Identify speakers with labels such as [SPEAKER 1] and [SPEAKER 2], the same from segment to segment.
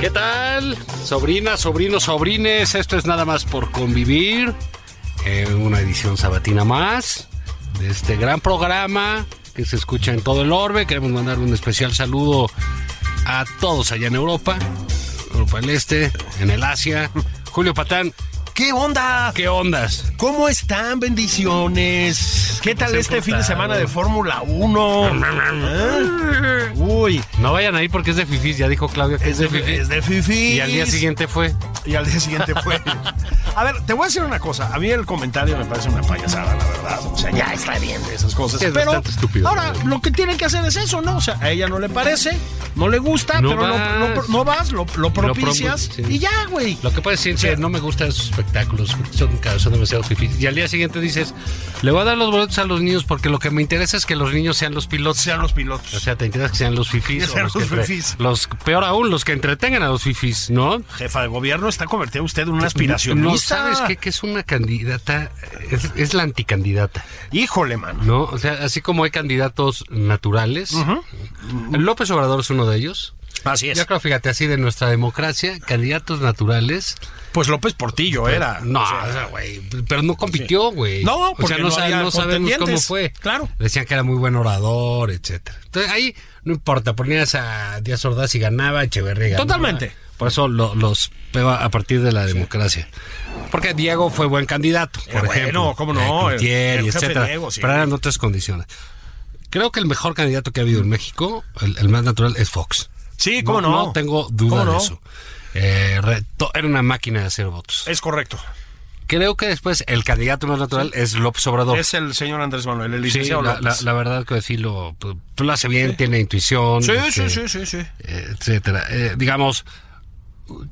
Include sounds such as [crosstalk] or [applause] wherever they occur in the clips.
[SPEAKER 1] ¿Qué tal? Sobrinas, sobrinos, sobrines, esto es nada más por convivir. Eh, una edición sabatina más de este gran programa que se escucha en todo el orbe. Queremos mandar un especial saludo a todos allá en Europa, Europa del Este, en el Asia. Julio Patán,
[SPEAKER 2] ¿Qué onda?
[SPEAKER 1] ¿qué ondas?
[SPEAKER 2] ¿Cómo están? Bendiciones. ¿Qué tal este fin de semana de Fórmula 1? ¿Eh? Uy,
[SPEAKER 1] No vayan ahí porque es de fifís, ya dijo Claudia que es,
[SPEAKER 2] es
[SPEAKER 1] de
[SPEAKER 2] de,
[SPEAKER 1] fifís.
[SPEAKER 2] es de fifís.
[SPEAKER 1] Y al día siguiente fue.
[SPEAKER 2] Y al día siguiente
[SPEAKER 1] [laughs]
[SPEAKER 2] fue. A ver, te voy a decir una cosa. A mí el comentario me parece una payasada, la verdad. O sea, ya está bien de esas cosas.
[SPEAKER 1] Es
[SPEAKER 2] pero
[SPEAKER 1] bastante estúpido.
[SPEAKER 2] ahora lo que tienen que hacer es eso, ¿no? O sea, a ella no le parece, no le gusta,
[SPEAKER 1] No
[SPEAKER 2] pero lo-
[SPEAKER 1] vas.
[SPEAKER 2] Lo, pro- no vas, lo, lo propicias
[SPEAKER 1] sí.
[SPEAKER 2] y ya, güey.
[SPEAKER 1] Lo que puedes decir es que no me gustan esos espectáculos, porque son, caros, son demasiado difíciles. Y al día siguiente dices, le voy a dar los boletos a los niños porque lo que me interesa es que los niños sean los pilotos.
[SPEAKER 2] Sean los pilotos.
[SPEAKER 1] O sea, te interesa que sean los fifís.
[SPEAKER 2] Que
[SPEAKER 1] o
[SPEAKER 2] sean
[SPEAKER 1] que
[SPEAKER 2] los
[SPEAKER 1] entre-
[SPEAKER 2] fifís.
[SPEAKER 1] los- peor aún, los que entretengan a los fifís, ¿no?
[SPEAKER 2] Jefa de gobierno está convertida usted en una aspiracionista.
[SPEAKER 1] No, ¿sabes qué? Que es una candidata, es, es la anticandidata,
[SPEAKER 2] Híjole, mano.
[SPEAKER 1] ¿no? O sea, así como hay candidatos naturales, López Obrador es uno de ellos.
[SPEAKER 2] Así es.
[SPEAKER 1] Yo creo, fíjate, así de nuestra democracia, candidatos naturales,
[SPEAKER 2] Pues López Portillo era.
[SPEAKER 1] No,
[SPEAKER 2] O sea,
[SPEAKER 1] o sea, güey, pero no compitió, güey.
[SPEAKER 2] No,
[SPEAKER 1] o
[SPEAKER 2] porque
[SPEAKER 1] sea,
[SPEAKER 2] no
[SPEAKER 1] no, sa-
[SPEAKER 2] había
[SPEAKER 1] no sabemos cómo
[SPEAKER 2] contendientes.
[SPEAKER 1] fue.
[SPEAKER 2] Claro.
[SPEAKER 1] Decían que era muy buen orador, etcétera. Entonces ahí no importa, ponías a Díaz Ordaz y ganaba, Echeverría ganaba.
[SPEAKER 2] Totalmente.
[SPEAKER 1] Por eso lo- los pego a partir de la democracia. Porque Diego fue buen candidato,
[SPEAKER 2] Era
[SPEAKER 1] por
[SPEAKER 2] bueno,
[SPEAKER 1] ejemplo.
[SPEAKER 2] cómo no,
[SPEAKER 1] Eh, Cloutier
[SPEAKER 2] el-
[SPEAKER 1] y
[SPEAKER 2] el jefe
[SPEAKER 1] etcétera.
[SPEAKER 2] Diego, sí.
[SPEAKER 1] Pero eran otras condiciones. Creo que el mejor candidato que ha habido en México, el, el más natural, es Fox.
[SPEAKER 2] Sí, cómo no.
[SPEAKER 1] No, tengo duda
[SPEAKER 2] ¿Cómo
[SPEAKER 1] de
[SPEAKER 2] no?
[SPEAKER 1] eso. Eh, re- to- era una máquina de hacer votos.
[SPEAKER 2] Es correcto.
[SPEAKER 1] Creo que después el candidato más natural es López Obrador.
[SPEAKER 2] Es el señor Andrés Manuel, el
[SPEAKER 1] Sí,
[SPEAKER 2] licenciado
[SPEAKER 1] la, la-
[SPEAKER 2] López.
[SPEAKER 1] la verdad que decirlo, pues, lo hace bien, tiene intuición.
[SPEAKER 2] Sí,
[SPEAKER 1] este,
[SPEAKER 2] sí, sí, sí, sí.
[SPEAKER 1] eh, Etcétera. Eh, digamos,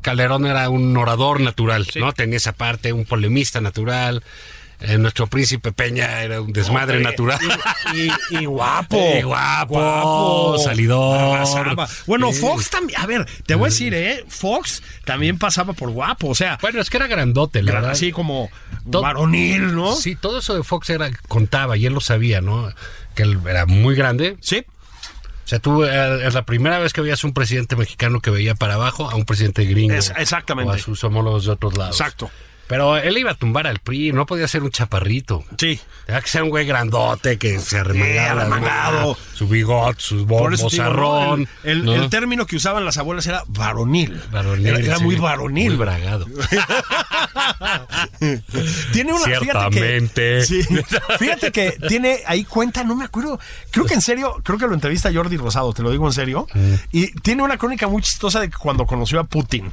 [SPEAKER 1] Calderón era un orador natural, ¿no? Tenía esa parte, un polemista natural. Eh, nuestro príncipe Peña era un desmadre
[SPEAKER 2] Hombre,
[SPEAKER 1] natural.
[SPEAKER 2] Y, y- y guapo.
[SPEAKER 1] [laughs] Y guapo, salidor.
[SPEAKER 2] Arrasaba. Bueno,
[SPEAKER 1] Sí. Mm.
[SPEAKER 2] Fox también. A ver, te voy a decir, ¿eh? Fox también pasaba por guapo. O sea,
[SPEAKER 1] Bueno, es que era grandote, la verdad.
[SPEAKER 2] así como
[SPEAKER 1] To-
[SPEAKER 2] varonil, ¿no?
[SPEAKER 1] Sí, todo eso de Fox era contaba y él lo sabía, ¿no? Que él era muy grande,
[SPEAKER 2] Sí.
[SPEAKER 1] O sea, tú eh, es la primera vez que veías un presidente mexicano que veía para abajo a un presidente gringo.
[SPEAKER 2] Es- exactamente.
[SPEAKER 1] O a sus homólogos de otros lados.
[SPEAKER 2] Exacto.
[SPEAKER 1] Pero él iba a tumbar al PRI, no podía ser un chaparrito.
[SPEAKER 2] Sí.
[SPEAKER 1] Tenía que ser un güey grandote que se arremangaba. la
[SPEAKER 2] arremangado.
[SPEAKER 1] mano, Su bigot, su bo-
[SPEAKER 2] Por eso te digo, ¿no?
[SPEAKER 1] bozarrón.
[SPEAKER 2] el, el-
[SPEAKER 1] ¿no?
[SPEAKER 2] el término que usaban las abuelas era varonil.
[SPEAKER 1] Varonil,
[SPEAKER 2] era era
[SPEAKER 1] sí.
[SPEAKER 2] muy varonil.
[SPEAKER 1] Muy
[SPEAKER 2] [laughs]
[SPEAKER 1] bragado.
[SPEAKER 2] tiene una
[SPEAKER 1] Ciertamente. [laughs]
[SPEAKER 2] Fíjate que, sí, fíjate que tiene ahí cuenta, no me acuerdo. Creo que en serio, creo que lo entrevista Jordi Rosado, te lo digo en serio.
[SPEAKER 1] Mm.
[SPEAKER 2] Y tiene una crónica muy chistosa de cuando conoció a Putin.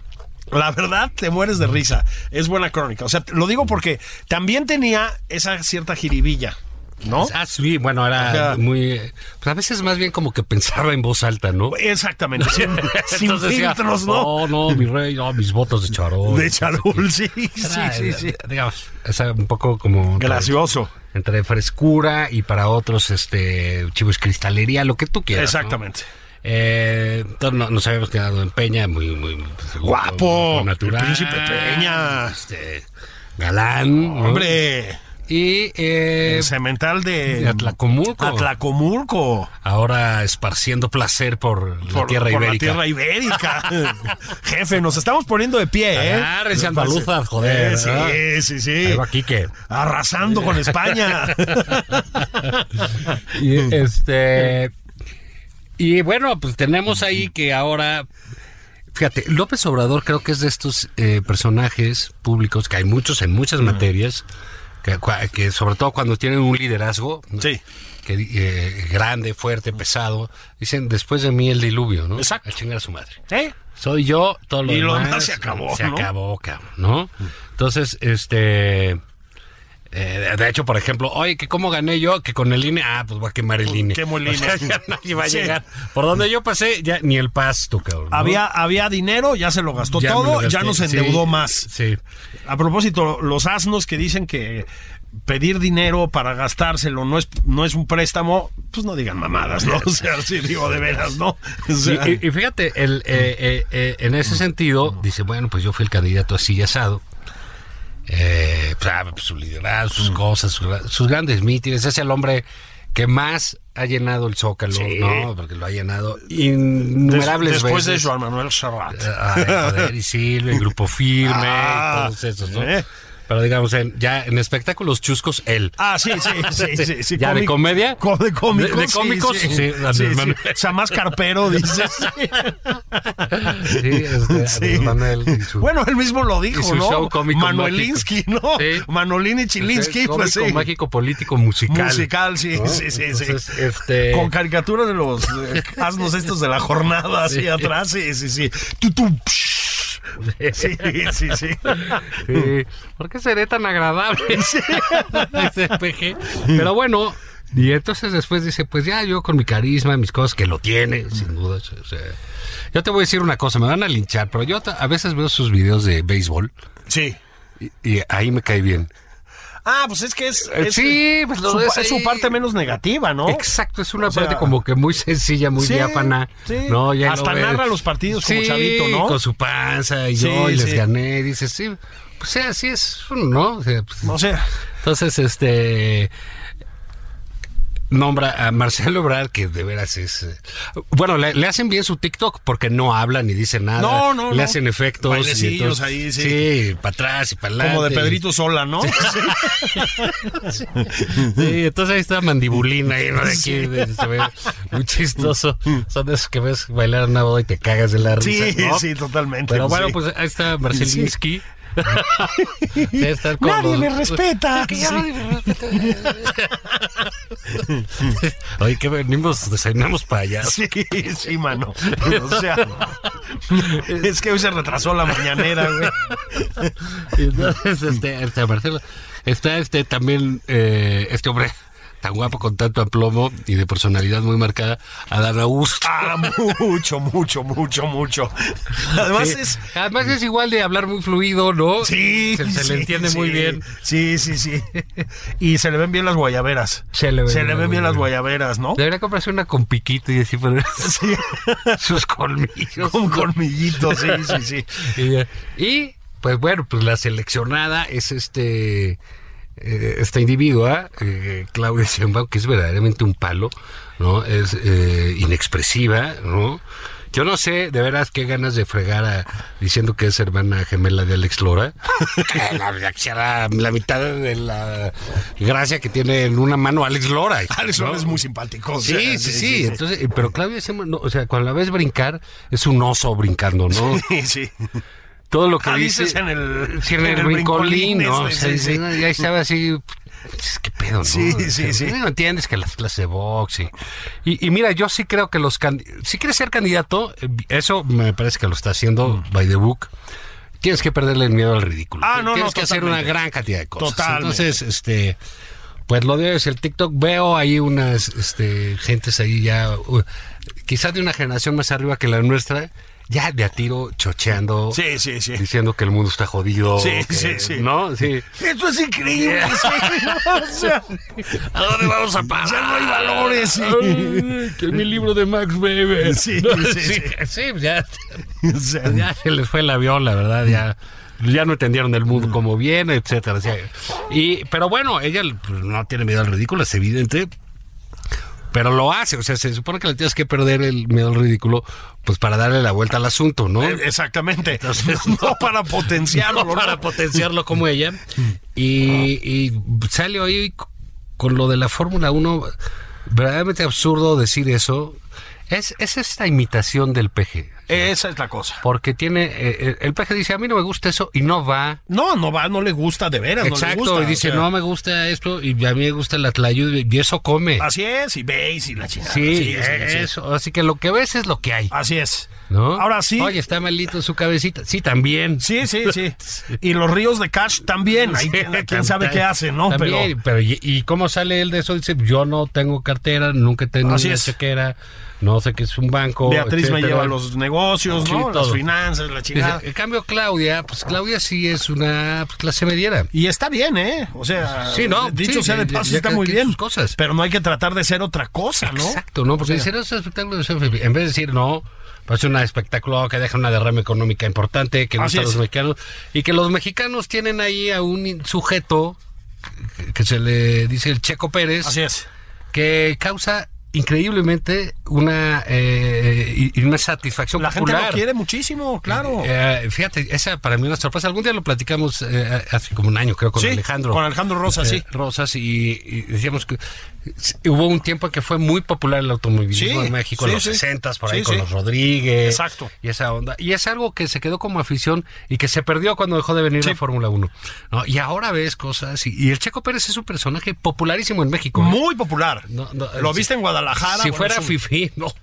[SPEAKER 2] La verdad, te mueres de risa. Es buena crónica. O sea, lo digo porque también tenía esa cierta jiribilla, ¿no?
[SPEAKER 1] Ah, sí, bueno, era
[SPEAKER 2] Ajá.
[SPEAKER 1] muy... eh, Pues a veces más bien como que pensaba en voz alta, ¿no?
[SPEAKER 2] Exactamente. Sin, sin
[SPEAKER 1] [laughs] Entonces decía,
[SPEAKER 2] filtros, ¿no?
[SPEAKER 1] Oh, no, mi rey, no, mis votos de charol.
[SPEAKER 2] de charol, sí, sí,
[SPEAKER 1] Era,
[SPEAKER 2] sí, sí.
[SPEAKER 1] Digamos, es un poco como...
[SPEAKER 2] Gracioso.
[SPEAKER 1] entre frescura y para otros este chivos cristalería, lo que tú quieras. ¿no?
[SPEAKER 2] Exactamente.
[SPEAKER 1] Eh, entonces no- nos habíamos quedado en Peña, muy, muy
[SPEAKER 2] Guapo,
[SPEAKER 1] muy natural,
[SPEAKER 2] el príncipe Peña.
[SPEAKER 1] este, galán, ¿no?
[SPEAKER 2] Hombre.
[SPEAKER 1] Y eh,
[SPEAKER 2] El cemental de,
[SPEAKER 1] de Atlacomulco.
[SPEAKER 2] Atlacomulco.
[SPEAKER 1] ahora esparciendo placer por, la
[SPEAKER 2] Por-
[SPEAKER 1] tierra
[SPEAKER 2] por
[SPEAKER 1] ibérica.
[SPEAKER 2] tierra ibérica.
[SPEAKER 1] [laughs]
[SPEAKER 2] Jefe, nos estamos poniendo de pie, ¿eh?
[SPEAKER 1] Agárrense, andaluzas, joder,
[SPEAKER 2] Eh, Sí,
[SPEAKER 1] ¿verdad?
[SPEAKER 2] sí, sí.
[SPEAKER 1] Ahí va Quique.
[SPEAKER 2] Arrasando con España.
[SPEAKER 1] [laughs] Y,
[SPEAKER 2] [laughs]
[SPEAKER 1] este, y bueno, pues tenemos ahí que ahora. Fíjate, López Obrador creo que es de estos eh, personajes públicos, que hay muchos en muchas materias, que, cua- que sobre todo cuando tienen un liderazgo. ¿no?
[SPEAKER 2] Sí.
[SPEAKER 1] Que, eh, grande, fuerte, pesado. Dicen, después de mí el diluvio, ¿no?
[SPEAKER 2] Exacto.
[SPEAKER 1] A chingar a su madre.
[SPEAKER 2] ¿Eh?
[SPEAKER 1] Soy yo, todo lo
[SPEAKER 2] Y lo
[SPEAKER 1] demás.
[SPEAKER 2] demás se acabó,
[SPEAKER 1] Se
[SPEAKER 2] ¿no?
[SPEAKER 1] acabó, cabrón, ¿no? Entonces, este. eh, de hecho, por ejemplo, oye, que cómo gané yo, que con el INE, ah, pues voy a quemar el INE.
[SPEAKER 2] quemo
[SPEAKER 1] [laughs]
[SPEAKER 2] el
[SPEAKER 1] O
[SPEAKER 2] INE.
[SPEAKER 1] sea, ya nadie va a
[SPEAKER 2] Sí.
[SPEAKER 1] llegar. Por donde yo pasé, ya ni el pasto, cabrón. ¿no?
[SPEAKER 2] Había, había dinero, ya se lo gastó
[SPEAKER 1] Ya me lo
[SPEAKER 2] todo, ya
[SPEAKER 1] gasté.
[SPEAKER 2] nos
[SPEAKER 1] Sí,
[SPEAKER 2] endeudó más.
[SPEAKER 1] Sí.
[SPEAKER 2] A propósito, los asnos que dicen que pedir dinero para gastárselo no es, no es un préstamo, pues no digan mamadas, ¿no? [laughs] O sea, sí digo de veras, ¿no? O
[SPEAKER 1] Y,
[SPEAKER 2] sea,
[SPEAKER 1] y- y fíjate, el, eh, eh, eh, en ese sentido, dice, bueno, pues yo fui el candidato así y asado. Eh, pues, ah, pues, su liderazgo,
[SPEAKER 2] Mm.
[SPEAKER 1] sus cosas, sus, gra- sus grandes mítines. Es el hombre que más ha llenado el Zócalo, ¿no? Porque lo ha llenado
[SPEAKER 2] des-
[SPEAKER 1] innumerables
[SPEAKER 2] después de
[SPEAKER 1] veces.
[SPEAKER 2] Joan Manuel Serrat.
[SPEAKER 1] Ay, joder, y Silvia, el grupo firme,
[SPEAKER 2] Ah,
[SPEAKER 1] y todos esos, ¿no?
[SPEAKER 2] ¿eh?
[SPEAKER 1] Pero digamos, en- ya en espectáculos chuscos, él.
[SPEAKER 2] Ah, sí, sí, sí, sí, sí,
[SPEAKER 1] ¿Ya de comedia?
[SPEAKER 2] co- de cómicos.
[SPEAKER 1] De- de cómicos,
[SPEAKER 2] Sí, sí.
[SPEAKER 1] sí,
[SPEAKER 2] sí,
[SPEAKER 1] Andrés
[SPEAKER 2] sí.
[SPEAKER 1] Manuel.
[SPEAKER 2] O sea, más carpero, dices.
[SPEAKER 1] Sí, este,
[SPEAKER 2] Sí.
[SPEAKER 1] Andrés Manuel y [laughs] su-
[SPEAKER 2] Bueno, él mismo lo dijo,
[SPEAKER 1] Y su
[SPEAKER 2] ¿no?
[SPEAKER 1] show cómico
[SPEAKER 2] Manuelinsky,
[SPEAKER 1] mágico.
[SPEAKER 2] ¿no?
[SPEAKER 1] Sí.
[SPEAKER 2] Manolín y Chilinsky, pues sí.
[SPEAKER 1] Cómico, mágico, político, musical.
[SPEAKER 2] Musical, sí,
[SPEAKER 1] ¿no?
[SPEAKER 2] sí, sí, sí.
[SPEAKER 1] Entonces, este,
[SPEAKER 2] Con caricaturas de los eh, asnos estos de la jornada,
[SPEAKER 1] [laughs]
[SPEAKER 2] así
[SPEAKER 1] Sí.
[SPEAKER 2] atrás, sí, sí, sí. Tu, tu, psh. Sí, sí, sí.
[SPEAKER 1] Sí, ¿Por qué seré tan agradable?
[SPEAKER 2] [laughs]
[SPEAKER 1] Ese peje. Pero bueno, y entonces después dice, pues ya yo con mi carisma, mis cosas, que lo tiene, sin duda. o sea, yo te voy a decir una cosa, me van a linchar, pero yo ta- a veces veo sus videos de béisbol
[SPEAKER 2] Sí.
[SPEAKER 1] y, y ahí me cae bien.
[SPEAKER 2] Ah, pues es que es.
[SPEAKER 1] Eh,
[SPEAKER 2] es-
[SPEAKER 1] sí, pues lo
[SPEAKER 2] su,
[SPEAKER 1] ves
[SPEAKER 2] pa- es su
[SPEAKER 1] ahí.
[SPEAKER 2] parte menos negativa, ¿no?
[SPEAKER 1] Exacto, es una
[SPEAKER 2] O sea,
[SPEAKER 1] parte como que muy sencilla, muy
[SPEAKER 2] sí,
[SPEAKER 1] diáfana.
[SPEAKER 2] sí.
[SPEAKER 1] No, ya
[SPEAKER 2] Hasta
[SPEAKER 1] lo ves.
[SPEAKER 2] narra los partidos como
[SPEAKER 1] Sí,
[SPEAKER 2] chavito, ¿no?
[SPEAKER 1] Con su panza y
[SPEAKER 2] Sí,
[SPEAKER 1] yo y les
[SPEAKER 2] sí.
[SPEAKER 1] gané. Y dices, sí, pues sí, así es, uno, ¿no? O sea, pues,
[SPEAKER 2] No sé.
[SPEAKER 1] Entonces, este nombra a Marcelo Ebrard, que de veras es eh, bueno le, le hacen bien su TikTok porque no habla ni dice nada
[SPEAKER 2] No, no,
[SPEAKER 1] le
[SPEAKER 2] no.
[SPEAKER 1] hacen efectos y
[SPEAKER 2] Bailecillos
[SPEAKER 1] entonces-
[SPEAKER 2] ahí, sí.
[SPEAKER 1] para atrás y para adelante
[SPEAKER 2] Como de Pedrito Sola, ¿no?
[SPEAKER 1] Sí, entonces ahí está mandibulina ahí, ¿no? De aquí, de- se ve muy chistoso. Son de esos que ves bailar en una boda y te cagas de la risa.
[SPEAKER 2] [laughs] Sí,
[SPEAKER 1] ¿no?
[SPEAKER 2] sí, totalmente.
[SPEAKER 1] Pero bueno,
[SPEAKER 2] sí.
[SPEAKER 1] pues ahí está Marcelinsky. Debe estar con
[SPEAKER 2] Nadie
[SPEAKER 1] los-
[SPEAKER 2] me respeta. [laughs] Sí.
[SPEAKER 1] Oye, que venimos, desayunamos para allá.
[SPEAKER 2] Sí, sí, mano.
[SPEAKER 1] [laughs]
[SPEAKER 2] O sea, es que hoy se retrasó la mañanera, güey.
[SPEAKER 1] Entonces, este, este, Marcelo, está este también, eh, este hombre tan guapo, con tanto aplomo y de personalidad muy marcada, Adán Augusto.
[SPEAKER 2] Ah, mucho, mucho, mucho, mucho. Además
[SPEAKER 1] Sí.
[SPEAKER 2] es.
[SPEAKER 1] Además es igual de hablar muy fluido, ¿no?
[SPEAKER 2] Sí,
[SPEAKER 1] Se, se
[SPEAKER 2] sí,
[SPEAKER 1] le entiende
[SPEAKER 2] sí.
[SPEAKER 1] muy bien.
[SPEAKER 2] Sí, sí, sí. Y se le ven bien las guayaberas.
[SPEAKER 1] Se le ven bien las
[SPEAKER 2] ven bien las guayaberas, ¿no?
[SPEAKER 1] Debería comprarse una con piquito y así [laughs] poner
[SPEAKER 2] Sí,
[SPEAKER 1] sus colmillos.
[SPEAKER 2] con colmillitos, sí,
[SPEAKER 1] [laughs]
[SPEAKER 2] sí, sí.
[SPEAKER 1] Y, ya. Y, pues bueno, pues la seleccionada es este eh, esta individua, eh, Claudia Sheinbaum, que es verdaderamente un palo, ¿no? Es eh, inexpresiva, ¿no? Yo no sé, de veras, qué ganas de fregar a- diciendo que es hermana gemela de Alex Lora. [laughs] Que la, la- la mitad de la gracia que tiene en una mano Alex Lora.
[SPEAKER 2] Alex
[SPEAKER 1] ¿no?
[SPEAKER 2] Lora Ah, es muy simpático. o
[SPEAKER 1] Sí,
[SPEAKER 2] sea,
[SPEAKER 1] sí, sí, Entonces, eh, pero Claudia Sheinbaum, no, o sea, cuando la ves brincar, es un oso brincando, ¿no?
[SPEAKER 2] Sí, sí.
[SPEAKER 1] todo lo que
[SPEAKER 2] Ah,
[SPEAKER 1] dice
[SPEAKER 2] dices en el-
[SPEAKER 1] sí, en
[SPEAKER 2] en
[SPEAKER 1] el
[SPEAKER 2] el
[SPEAKER 1] brincolín,
[SPEAKER 2] brincolín,
[SPEAKER 1] ¿no? O
[SPEAKER 2] este,
[SPEAKER 1] sea,
[SPEAKER 2] sí,
[SPEAKER 1] dice,
[SPEAKER 2] sí.
[SPEAKER 1] "No, ya estaba así es que pedo, ¿no?
[SPEAKER 2] Sí,
[SPEAKER 1] O sea,
[SPEAKER 2] sí, sí.
[SPEAKER 1] No entiendes que las clases de box y, y- y mira, yo sí creo que los candi- si quieres ser candidato, eh, eso me parece que lo está haciendo by the book. Tienes que perderle el miedo al ridículo.
[SPEAKER 2] Ah, no,
[SPEAKER 1] Tienes
[SPEAKER 2] no,
[SPEAKER 1] que hacer una
[SPEAKER 2] totalmente.
[SPEAKER 1] gran cantidad de cosas.
[SPEAKER 2] Totalmente.
[SPEAKER 1] Entonces, este pues lo de es el TikTok, veo ahí unas este, gentes ahí ya, uh, quizás de una generación más arriba que la nuestra, ya de a tiro chocheando,
[SPEAKER 2] Sí, sí, sí.
[SPEAKER 1] diciendo que el mundo está jodido.
[SPEAKER 2] Sí,
[SPEAKER 1] que-
[SPEAKER 2] sí, sí.
[SPEAKER 1] ¿No? Sí.
[SPEAKER 2] Esto es increíble.
[SPEAKER 1] [laughs]
[SPEAKER 2] sí, o sea,
[SPEAKER 1] ¿A dónde vamos a parar?
[SPEAKER 2] ya no hay valores.
[SPEAKER 1] [laughs]
[SPEAKER 2] sí.
[SPEAKER 1] que mi libro de Max Weber.
[SPEAKER 2] [laughs] Sí,
[SPEAKER 1] No,
[SPEAKER 2] sí,
[SPEAKER 1] sí, sí, pues ya, pues
[SPEAKER 2] O sea,
[SPEAKER 1] ya se les fue el avión, la verdad, ya. Ya no entendieron el mundo como viene, etcétera. o sea, y, pero bueno, ella pues, no tiene miedo al ridículo, es evidente. Pero lo hace, o sea, se supone que le tienes que perder el miedo al ridículo, pues para darle la vuelta al asunto, ¿no?
[SPEAKER 2] Eh, Exactamente. no para
[SPEAKER 1] [laughs]
[SPEAKER 2] potenciarlo.
[SPEAKER 1] No, para potenciarlo como ella. Y, y sale hoy con lo de la Fórmula 1, verdaderamente absurdo decir eso. Es, es esta imitación del PG.
[SPEAKER 2] Esa es la cosa.
[SPEAKER 1] Porque tiene. eh, eh, el PG dice: A mí no me gusta eso y no va.
[SPEAKER 2] No, no va, no le gusta de veras. no le
[SPEAKER 1] Exacto.
[SPEAKER 2] gusta,
[SPEAKER 1] y
[SPEAKER 2] o
[SPEAKER 1] dice:
[SPEAKER 2] sea,
[SPEAKER 1] No me gusta esto y a mí me gusta la tlayud y eso come.
[SPEAKER 2] Así es, y veis y la chingada.
[SPEAKER 1] Sí,
[SPEAKER 2] sí, sí, sí.
[SPEAKER 1] eso. Así que lo que ves es lo que hay.
[SPEAKER 2] Así es.
[SPEAKER 1] ¿no?
[SPEAKER 2] Ahora sí.
[SPEAKER 1] Oye, está malito su cabecita. Sí, también.
[SPEAKER 2] Sí,
[SPEAKER 1] [laughs]
[SPEAKER 2] sí, sí. Y los ríos de Cash también. Ahí, quién sabe qué hace, ¿no?
[SPEAKER 1] También, pero, ¿y, y cómo sale él de eso? Dice, yo no tengo cartera, nunca he tenido
[SPEAKER 2] Así
[SPEAKER 1] una
[SPEAKER 2] es.
[SPEAKER 1] chequera, no sé qué es un banco.
[SPEAKER 2] Pero Beatriz me
[SPEAKER 1] etcétera".
[SPEAKER 2] lleva los negocios,
[SPEAKER 1] Oh, Sí,
[SPEAKER 2] ¿no? Las
[SPEAKER 1] todo.
[SPEAKER 2] finanzas, la
[SPEAKER 1] Dice,
[SPEAKER 2] chingada.
[SPEAKER 1] en cambio, Claudia, pues Claudia sí es una pues, clase mediera.
[SPEAKER 2] Y está bien, ¿eh? O sea,
[SPEAKER 1] Sí, no,
[SPEAKER 2] dicho
[SPEAKER 1] sí,
[SPEAKER 2] sea de
[SPEAKER 1] ya-
[SPEAKER 2] paso,
[SPEAKER 1] ya
[SPEAKER 2] está
[SPEAKER 1] cada
[SPEAKER 2] muy
[SPEAKER 1] quien
[SPEAKER 2] bien.
[SPEAKER 1] sus cosas.
[SPEAKER 2] Pero no hay que tratar de ser otra cosa, ¿no?
[SPEAKER 1] Exacto, ¿no? Porque dicen, "Es un espectáculo de surf". En vez de decir, no, pues es un espectáculo que deja una derrama económica importante, que
[SPEAKER 2] Así
[SPEAKER 1] gusta a los
[SPEAKER 2] es.
[SPEAKER 1] mexicanos, y que los mexicanos tienen ahí a un sujeto que- que se le dice el Checo Pérez.
[SPEAKER 2] Así es.
[SPEAKER 1] que causa increíblemente una eh, i- inmensa satisfacción
[SPEAKER 2] La gente
[SPEAKER 1] popular.
[SPEAKER 2] lo quiere muchísimo, claro.
[SPEAKER 1] Eh, fíjate, esa para mí es una sorpresa. Algún día lo platicamos eh, hace como un año, creo, con
[SPEAKER 2] Sí,
[SPEAKER 1] Alejandro.
[SPEAKER 2] Con Alejandro Rosa, sí.
[SPEAKER 1] eh, Rosas y, y decíamos que s- hubo un tiempo en que fue muy popular el automovilismo
[SPEAKER 2] Sí,
[SPEAKER 1] en México,
[SPEAKER 2] sí,
[SPEAKER 1] en los
[SPEAKER 2] sí.
[SPEAKER 1] 60 por ahí
[SPEAKER 2] Sí,
[SPEAKER 1] con
[SPEAKER 2] sí.
[SPEAKER 1] los Rodríguez.
[SPEAKER 2] Exacto.
[SPEAKER 1] Y esa onda. Y es algo que se quedó como afición y que se perdió cuando dejó de venir
[SPEAKER 2] Sí.
[SPEAKER 1] la Fórmula 1. ¿no? Y ahora ves cosas. Y, y el Checo Pérez es un personaje popularísimo en México. ¿eh?
[SPEAKER 2] Muy popular.
[SPEAKER 1] No, no,
[SPEAKER 2] lo
[SPEAKER 1] si-
[SPEAKER 2] viste en Guadalajara.
[SPEAKER 1] Si
[SPEAKER 2] bueno,
[SPEAKER 1] fuera
[SPEAKER 2] es un- Pues
[SPEAKER 1] Fifi, [laughs] no,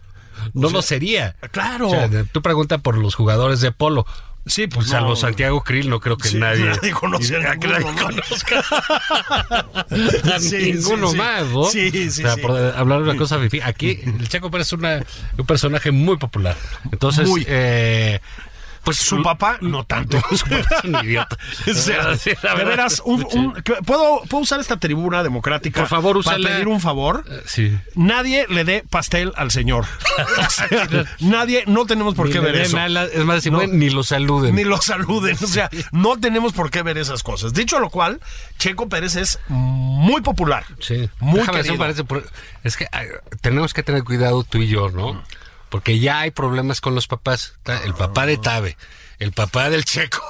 [SPEAKER 1] no lo sería.
[SPEAKER 2] Claro.
[SPEAKER 1] O sea, de- tú pregunta por los jugadores de polo.
[SPEAKER 2] Sí, pues,
[SPEAKER 1] Salvo
[SPEAKER 2] no.
[SPEAKER 1] Santiago Krill, no creo que
[SPEAKER 2] Sí,
[SPEAKER 1] nadie.
[SPEAKER 2] [laughs] nadie conoce a
[SPEAKER 1] que nadie
[SPEAKER 2] ninguno, ¿no?
[SPEAKER 1] conozca. A
[SPEAKER 2] Sí,
[SPEAKER 1] ninguno
[SPEAKER 2] sí, sí.
[SPEAKER 1] más, ¿no?
[SPEAKER 2] Sí, sí,
[SPEAKER 1] O sea,
[SPEAKER 2] sí.
[SPEAKER 1] por hablar de una cosa fifi. Aquí el Chaco Pérez es una- un personaje muy popular. Entonces,
[SPEAKER 2] Muy.
[SPEAKER 1] eh, pues
[SPEAKER 2] Su papá, no tanto.
[SPEAKER 1] [laughs] su papá es
[SPEAKER 2] [laughs]
[SPEAKER 1] un idiota.
[SPEAKER 2] O [laughs] sea,
[SPEAKER 1] Sí, [laughs] la
[SPEAKER 2] de
[SPEAKER 1] verdad.
[SPEAKER 2] veras, un- un- ¿puedo, ¿puedo usar esta tribuna democrática
[SPEAKER 1] Por favor, úsala. Eh.
[SPEAKER 2] para pedir un favor?
[SPEAKER 1] Sí.
[SPEAKER 2] Nadie le dé pastel al señor. [laughs]
[SPEAKER 1] [laughs]
[SPEAKER 2] Nadie, no tenemos por
[SPEAKER 1] Ni
[SPEAKER 2] qué
[SPEAKER 1] le
[SPEAKER 2] ver
[SPEAKER 1] den
[SPEAKER 2] eso.
[SPEAKER 1] alas, es más, si
[SPEAKER 2] No.
[SPEAKER 1] pueden, ni lo saluden.
[SPEAKER 2] Ni lo saluden. O sea, no tenemos por qué ver esas cosas. Dicho lo cual, Checo Pérez es muy popular.
[SPEAKER 1] Sí. Déjame
[SPEAKER 2] Muy
[SPEAKER 1] hacer
[SPEAKER 2] querido.
[SPEAKER 1] un paréntesis, por- Es que ay, tenemos que tener cuidado tú y yo,
[SPEAKER 2] Mm.
[SPEAKER 1] ¿no? Porque ya hay problemas con los papás. Ta- El papá
[SPEAKER 2] Ah.
[SPEAKER 1] de Tabe, el papá del
[SPEAKER 2] [laughs]
[SPEAKER 1] Checo.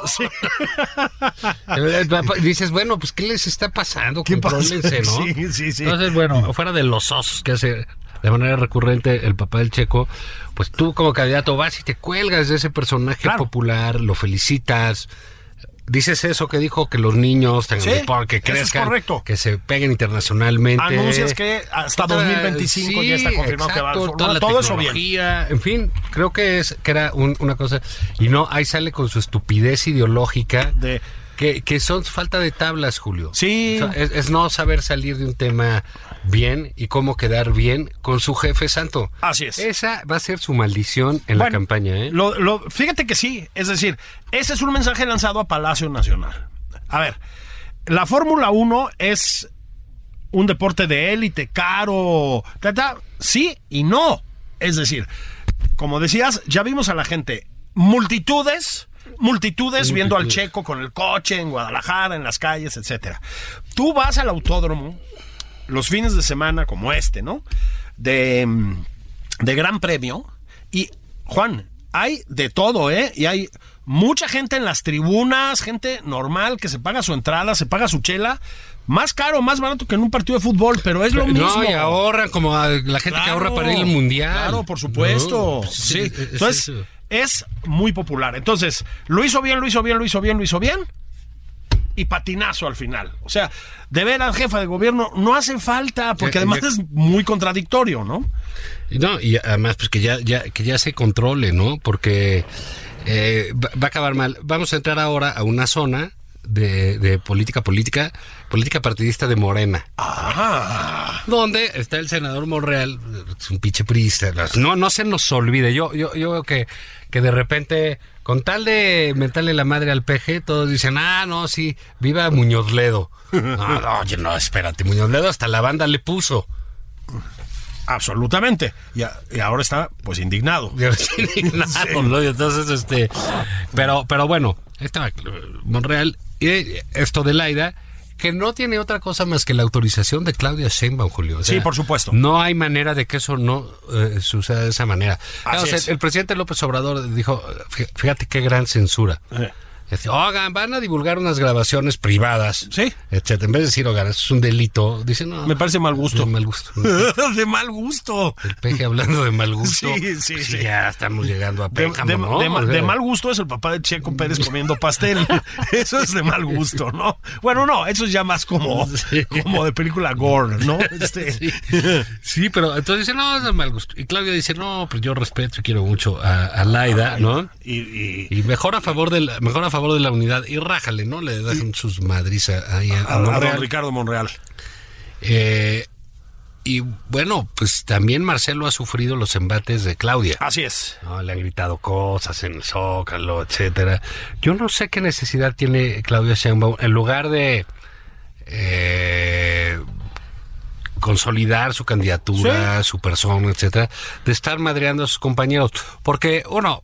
[SPEAKER 1] El- el papá- dices, bueno, pues ¿qué les está pasando?
[SPEAKER 2] ¿Qué pasa?
[SPEAKER 1] Contrólense, ¿no?
[SPEAKER 2] Sí, sí, sí.
[SPEAKER 1] Entonces, bueno, fuera de los osos que hace de manera recurrente el papá del Checo, pues tú como candidato vas y te cuelgas de ese personaje
[SPEAKER 2] Claro.
[SPEAKER 1] popular, lo felicitas. Dices eso que dijo que los niños tengan
[SPEAKER 2] Sí,
[SPEAKER 1] deporte, que
[SPEAKER 2] eso es
[SPEAKER 1] crezcan,
[SPEAKER 2] correcto.
[SPEAKER 1] que se peguen internacionalmente.
[SPEAKER 2] Anuncias que hasta 2025 ya está confirmado que va a
[SPEAKER 1] exacto,
[SPEAKER 2] Fórmula.
[SPEAKER 1] toda la
[SPEAKER 2] Todo eso bien.
[SPEAKER 1] tecnología, En fin, creo que es que era un- una cosa y no ahí sale con su estupidez ideológica
[SPEAKER 2] De-
[SPEAKER 1] que, que son falta de tablas, Julio.
[SPEAKER 2] Sí.
[SPEAKER 1] O sea, Es, es no saber salir de un tema bien y cómo quedar bien con su jefe santo.
[SPEAKER 2] Así es.
[SPEAKER 1] Esa va a ser su maldición en la
[SPEAKER 2] Bueno,
[SPEAKER 1] campaña, ¿eh?
[SPEAKER 2] lo- lo- fíjate que sí, es decir, ese es un mensaje lanzado a Palacio Nacional. A ver, la Fórmula 1 es un deporte de élite, caro, ta, ta, sí y no. Es decir, como decías, ya vimos a la gente, multitudes, multitudes viendo al checo con el coche en Guadalajara, en las calles, etcétera. Tú vas al autódromo los fines de semana como este, ¿no? De, mm, de gran premio. Y, Juan, hay de todo, ¿eh? Y hay mucha gente en las tribunas, gente normal que se paga su entrada, se paga su chela. Más caro, más barato que en un partido de fútbol, pero es lo mismo.
[SPEAKER 1] No, y ahorran como a la gente que
[SPEAKER 2] Claro,
[SPEAKER 1] ahorra para ir al mundial.
[SPEAKER 2] Claro, por supuesto.
[SPEAKER 1] No, pues,
[SPEAKER 2] sí.
[SPEAKER 1] es- es
[SPEAKER 2] Entonces,
[SPEAKER 1] eso.
[SPEAKER 2] es muy popular. Entonces, lo hizo bien, lo hizo bien, lo hizo bien, lo hizo bien. Y patinazo al final. O sea, de ver al jefa de gobierno no hace falta, porque
[SPEAKER 1] Ya-
[SPEAKER 2] además
[SPEAKER 1] ya-
[SPEAKER 2] es muy contradictorio, ¿no?
[SPEAKER 1] Y No, y además, pues que ya, ya, que ya se controle, ¿no? Porque eh, va, va a acabar mal. Vamos a entrar ahora a una zona de, de política política, política partidista de Morena.
[SPEAKER 2] Ah,
[SPEAKER 1] Donde está el senador Monreal, es un pinche priista. No, no se nos olvide. Yo, yo, yo veo que, que de repente, con tal de mentarle la madre al peje, todos dicen, ah, no, sí, viva Muñoz Ledo. No, no, oye, no, espérate, Muñoz Ledo hasta la banda le puso.
[SPEAKER 2] Absolutamente. Y, a- y ahora está, pues, indignado.
[SPEAKER 1] Yo estoy
[SPEAKER 2] [laughs]
[SPEAKER 1] indignado, ¿no? Y Entonces, este. Pero, pero bueno, ahí estaba eh, Monreal. Y eh, esto de Laida, que no tiene otra cosa más que la autorización de Claudia Sheinbaum, Julio. O sea,
[SPEAKER 2] Sí, por supuesto.
[SPEAKER 1] No hay manera de que eso no eh, suceda de esa manera.
[SPEAKER 2] Así
[SPEAKER 1] O sea,
[SPEAKER 2] es.
[SPEAKER 1] El presidente López Obrador dijo: fí- fíjate qué gran censura.
[SPEAKER 2] Eh.
[SPEAKER 1] Dice, Oigan, van a divulgar unas grabaciones privadas.
[SPEAKER 2] Sí.
[SPEAKER 1] Etcétera. En vez de decir, oigan, eso es un delito. Dice, no.
[SPEAKER 2] Me parece mal gusto.
[SPEAKER 1] [laughs] de mal gusto.
[SPEAKER 2] de mal gusto.
[SPEAKER 1] El peje hablando de mal gusto.
[SPEAKER 2] Sí, sí,
[SPEAKER 1] Pues
[SPEAKER 2] sí.
[SPEAKER 1] Ya estamos llegando a
[SPEAKER 2] De,
[SPEAKER 1] Pénjamo,
[SPEAKER 2] de-
[SPEAKER 1] ¿no?
[SPEAKER 2] de ma-
[SPEAKER 1] O sea, [laughs]
[SPEAKER 2] de mal gusto es el papá de Checo Pérez comiendo pastel. [laughs] Eso es de mal gusto, ¿no? Bueno, no, eso es ya más [laughs] como,
[SPEAKER 1] Sí.
[SPEAKER 2] como de película gore, [laughs] ¿no? Este,
[SPEAKER 1] Sí, pero entonces dice, no, es de mal gusto. Y Claudia dice, no, pues yo respeto y quiero mucho a, a Laida, ¿no?
[SPEAKER 2] y- y-
[SPEAKER 1] Y mejor a favor de la, mejor a favor de la unidad. Y rájale, ¿no? Le dan sus madrizas ahí a, a
[SPEAKER 2] a, a don
[SPEAKER 1] Monreal.
[SPEAKER 2] Ricardo Monreal.
[SPEAKER 1] Eh, y bueno, pues también Marcelo ha sufrido los embates de Claudia.
[SPEAKER 2] Así es.
[SPEAKER 1] ¿no? Le han gritado cosas en el Zócalo, etcétera. Yo no sé qué necesidad tiene Claudia Sheinbaum en lugar de eh, consolidar su candidatura, su persona, etcétera, de estar madreando a sus compañeros. Porque, bueno,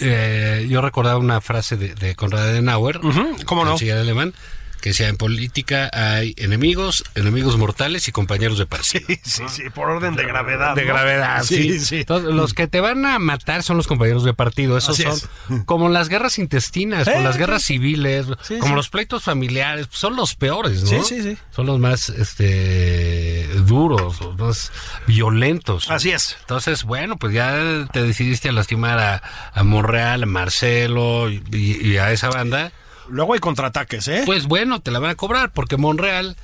[SPEAKER 1] eh, yo recordaba una frase de, de Konrad Adenauer,
[SPEAKER 2] Ujú, ¿cómo no?
[SPEAKER 1] canciller alemán, que decía, en política hay enemigos, enemigos mortales y compañeros de partido.
[SPEAKER 2] Sí, sí, por orden de gravedad.
[SPEAKER 1] De
[SPEAKER 2] ¿no?
[SPEAKER 1] gravedad, sí.
[SPEAKER 2] Sí, sí.
[SPEAKER 1] Entonces, los que te van a matar son los compañeros de partido. Esos
[SPEAKER 2] Así
[SPEAKER 1] son como las guerras intestinas,
[SPEAKER 2] Eh,
[SPEAKER 1] como las
[SPEAKER 2] sí.
[SPEAKER 1] guerras civiles,
[SPEAKER 2] Sí,
[SPEAKER 1] como
[SPEAKER 2] sí.
[SPEAKER 1] los pleitos familiares. pues, Son los peores, ¿no?
[SPEAKER 2] Sí, sí, sí.
[SPEAKER 1] Son los más este, duros, los más violentos.
[SPEAKER 2] Así es.
[SPEAKER 1] Entonces, bueno, pues ya te decidiste a lastimar a, a Monreal, a Marcelo y, y- y a esa banda.
[SPEAKER 2] Luego hay contraataques, ¿eh?
[SPEAKER 1] Pues bueno, te la van a cobrar, porque Monreal,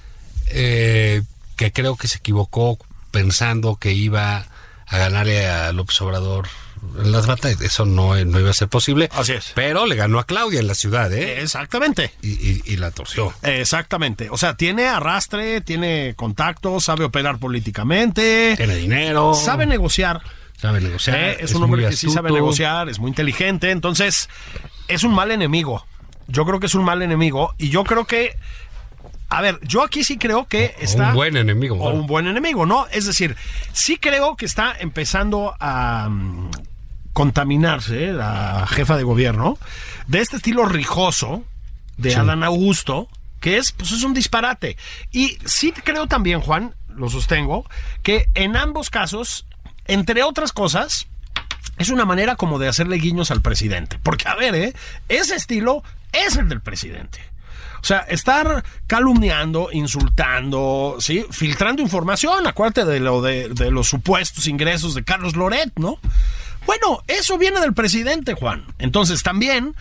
[SPEAKER 1] eh, que creo que se equivocó pensando que iba a ganarle a López Obrador en las batallas, eso no, no iba a ser posible.
[SPEAKER 2] Así es.
[SPEAKER 1] Pero le ganó a Claudia en la ciudad, ¿eh?
[SPEAKER 2] Exactamente.
[SPEAKER 1] Y, y- y la torció.
[SPEAKER 2] Exactamente. O sea, tiene arrastre, tiene contacto, sabe operar políticamente,
[SPEAKER 1] Tiene dinero.
[SPEAKER 2] sabe negociar.
[SPEAKER 1] sabe negociar.
[SPEAKER 2] Eh, es, un hombre
[SPEAKER 1] muy
[SPEAKER 2] que sí sabe
[SPEAKER 1] astuto.
[SPEAKER 2] negociar, es muy inteligente, entonces es un mal enemigo. Yo creo que es un mal enemigo y yo creo que, a ver, yo aquí sí creo que
[SPEAKER 1] O
[SPEAKER 2] está
[SPEAKER 1] un buen enemigo.
[SPEAKER 2] o un buen enemigo, ¿no? Es decir, sí creo que está empezando a mm, contaminarse eh, la jefa de gobierno de este estilo rijoso de Adán Augusto, que es, pues es un disparate. Y sí creo también, Juan, lo sostengo, que en ambos casos, entre otras cosas, es una manera como de hacerle guiños al presidente. Porque, a ver, ¿eh? ese estilo es el del presidente. O sea, estar calumniando, insultando, ¿sí? Filtrando información, acuérdate de lo de, de los supuestos ingresos de Carlos Loret, ¿no? Bueno, eso viene del presidente, Juan. Entonces, también,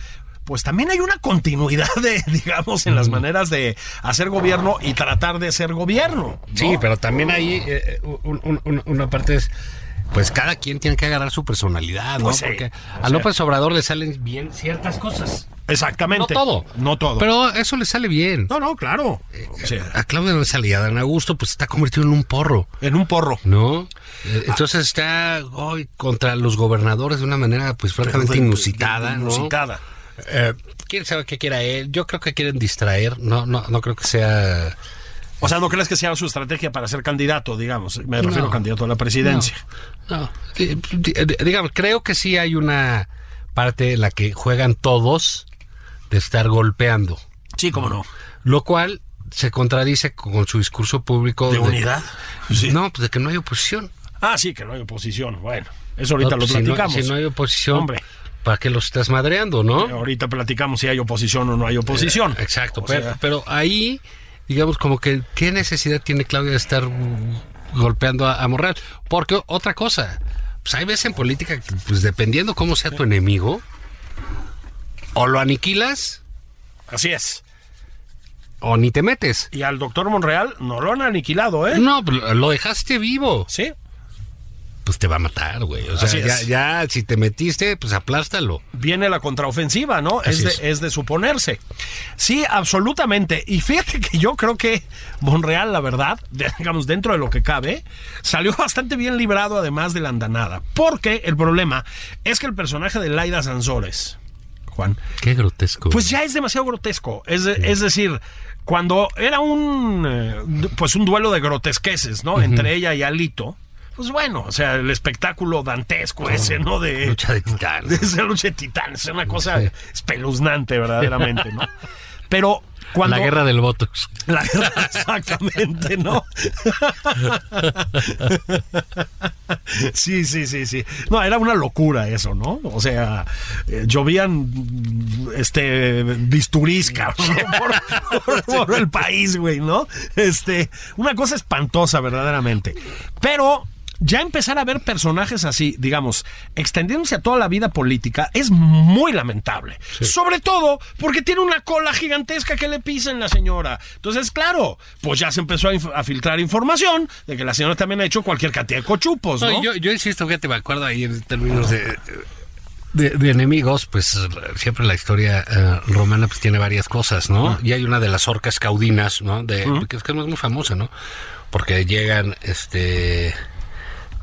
[SPEAKER 2] pues también hay una continuidad de, [laughs] digamos, en las maneras de hacer gobierno y tratar de ser gobierno. ¿no?
[SPEAKER 1] Sí, pero también ahí eh, un- un- un- una parte es, pues cada quien tiene que agarrar su personalidad, ¿no?
[SPEAKER 2] Pues sí.
[SPEAKER 1] Porque
[SPEAKER 2] O sea-
[SPEAKER 1] a López Obrador le salen bien ciertas cosas.
[SPEAKER 2] Exactamente.
[SPEAKER 1] No todo.
[SPEAKER 2] No todo.
[SPEAKER 1] Pero eso le sale bien.
[SPEAKER 2] no, no, claro. O sea,
[SPEAKER 1] A Claudia no le sale y a Dan Augusto pues está convertido en un porro,
[SPEAKER 2] en un porro.
[SPEAKER 1] ¿no? Eh, Entonces está hoy contra los gobernadores de una manera pues francamente inusitada, ¿no?
[SPEAKER 2] Inusitada.
[SPEAKER 1] Eh, ¿Quién sabe qué quiera él? Yo creo que quieren distraer, no, no, no creo que sea...
[SPEAKER 2] O sea, ¿no crees que sea su estrategia para ser candidato, digamos? Me refiero a candidato a la presidencia.
[SPEAKER 1] No, eh, di- eh, digamos, creo que sí hay una parte en la que juegan todos de estar golpeando,
[SPEAKER 2] Sí, cómo no.
[SPEAKER 1] lo cual se contradice con su discurso público
[SPEAKER 2] ¿De unidad? Sí.
[SPEAKER 1] No, pues de que no hay oposición.
[SPEAKER 2] Ah, sí, que no hay oposición. Bueno, eso ahorita
[SPEAKER 1] No,
[SPEAKER 2] lo
[SPEAKER 1] pues, si no-
[SPEAKER 2] platicamos.
[SPEAKER 1] Si no, hay oposición,
[SPEAKER 2] Hombre.
[SPEAKER 1] ¿para qué los estás madreando, no?
[SPEAKER 2] Ahorita platicamos si hay oposición o no hay oposición.
[SPEAKER 1] Exacto,
[SPEAKER 2] O
[SPEAKER 1] pero,
[SPEAKER 2] sea,
[SPEAKER 1] pero ahí, digamos, como que, ¿qué necesidad tiene Claudia de estar mm, golpeando a, a Monreal? Porque o- otra cosa, pues hay veces en política que, pues dependiendo cómo sea tu enemigo, o lo aniquilas
[SPEAKER 2] así es.
[SPEAKER 1] o ni te metes.
[SPEAKER 2] Y al doctor Monreal no lo han aniquilado, ¿eh?
[SPEAKER 1] No, pues, lo dejaste vivo.
[SPEAKER 2] Sí.
[SPEAKER 1] pues te va a matar, güey. O
[SPEAKER 2] Así
[SPEAKER 1] sea, ya,
[SPEAKER 2] es.
[SPEAKER 1] ya, si te metiste, pues aplástalo.
[SPEAKER 2] viene la contraofensiva, ¿no?
[SPEAKER 1] Así
[SPEAKER 2] Es de,
[SPEAKER 1] es.
[SPEAKER 2] es de suponerse. Sí, absolutamente. Y fíjate que yo creo que Monreal, la verdad, [laughs] de- digamos, dentro de lo que cabe, salió [laughs] bastante bien librado además de la andanada. Porque el problema es que el personaje de Laida Sansores, Juan,
[SPEAKER 1] Qué grotesco.
[SPEAKER 2] pues ya es demasiado grotesco. Es, de- es decir, cuando era un eh, d- pues un duelo de grotesqueces, ¿no? Entre ella y Alito. Pues bueno, o sea, el espectáculo dantesco ese, ¿no? De
[SPEAKER 1] Lucha de titanes. [laughs]
[SPEAKER 2] de esa lucha de titanes, es una cosa
[SPEAKER 1] Sí.
[SPEAKER 2] espeluznante verdaderamente, ¿no? Pero cuando
[SPEAKER 1] La guerra del Botox.
[SPEAKER 2] la guerra, [laughs] exactamente, ¿no? Sí, sí, sí, sí. No, era una locura eso, ¿no? O sea, eh, llovían mm, este bisturís, cabrón, ¿no? por, por- por el país, güey, ¿no? Este, una cosa espantosa verdaderamente. Pero ya empezar a ver personajes así, digamos, extendiéndose a toda la vida política es muy lamentable. Sobre todo porque tiene una cola gigantesca que le pisen la señora. Entonces, claro, pues ya se empezó a, inf- a filtrar información de que la señora también ha hecho cualquier cantidad de cochupos, ¿no?
[SPEAKER 1] No, yo, yo insisto, fíjate, me acuerdo ahí en términos de, de, de enemigos, pues siempre la historia eh, romana pues tiene varias cosas, ¿no? Y hay una de las orcas caudinas, ¿no? De, que es que no es muy famosa, ¿no? Porque llegan, este,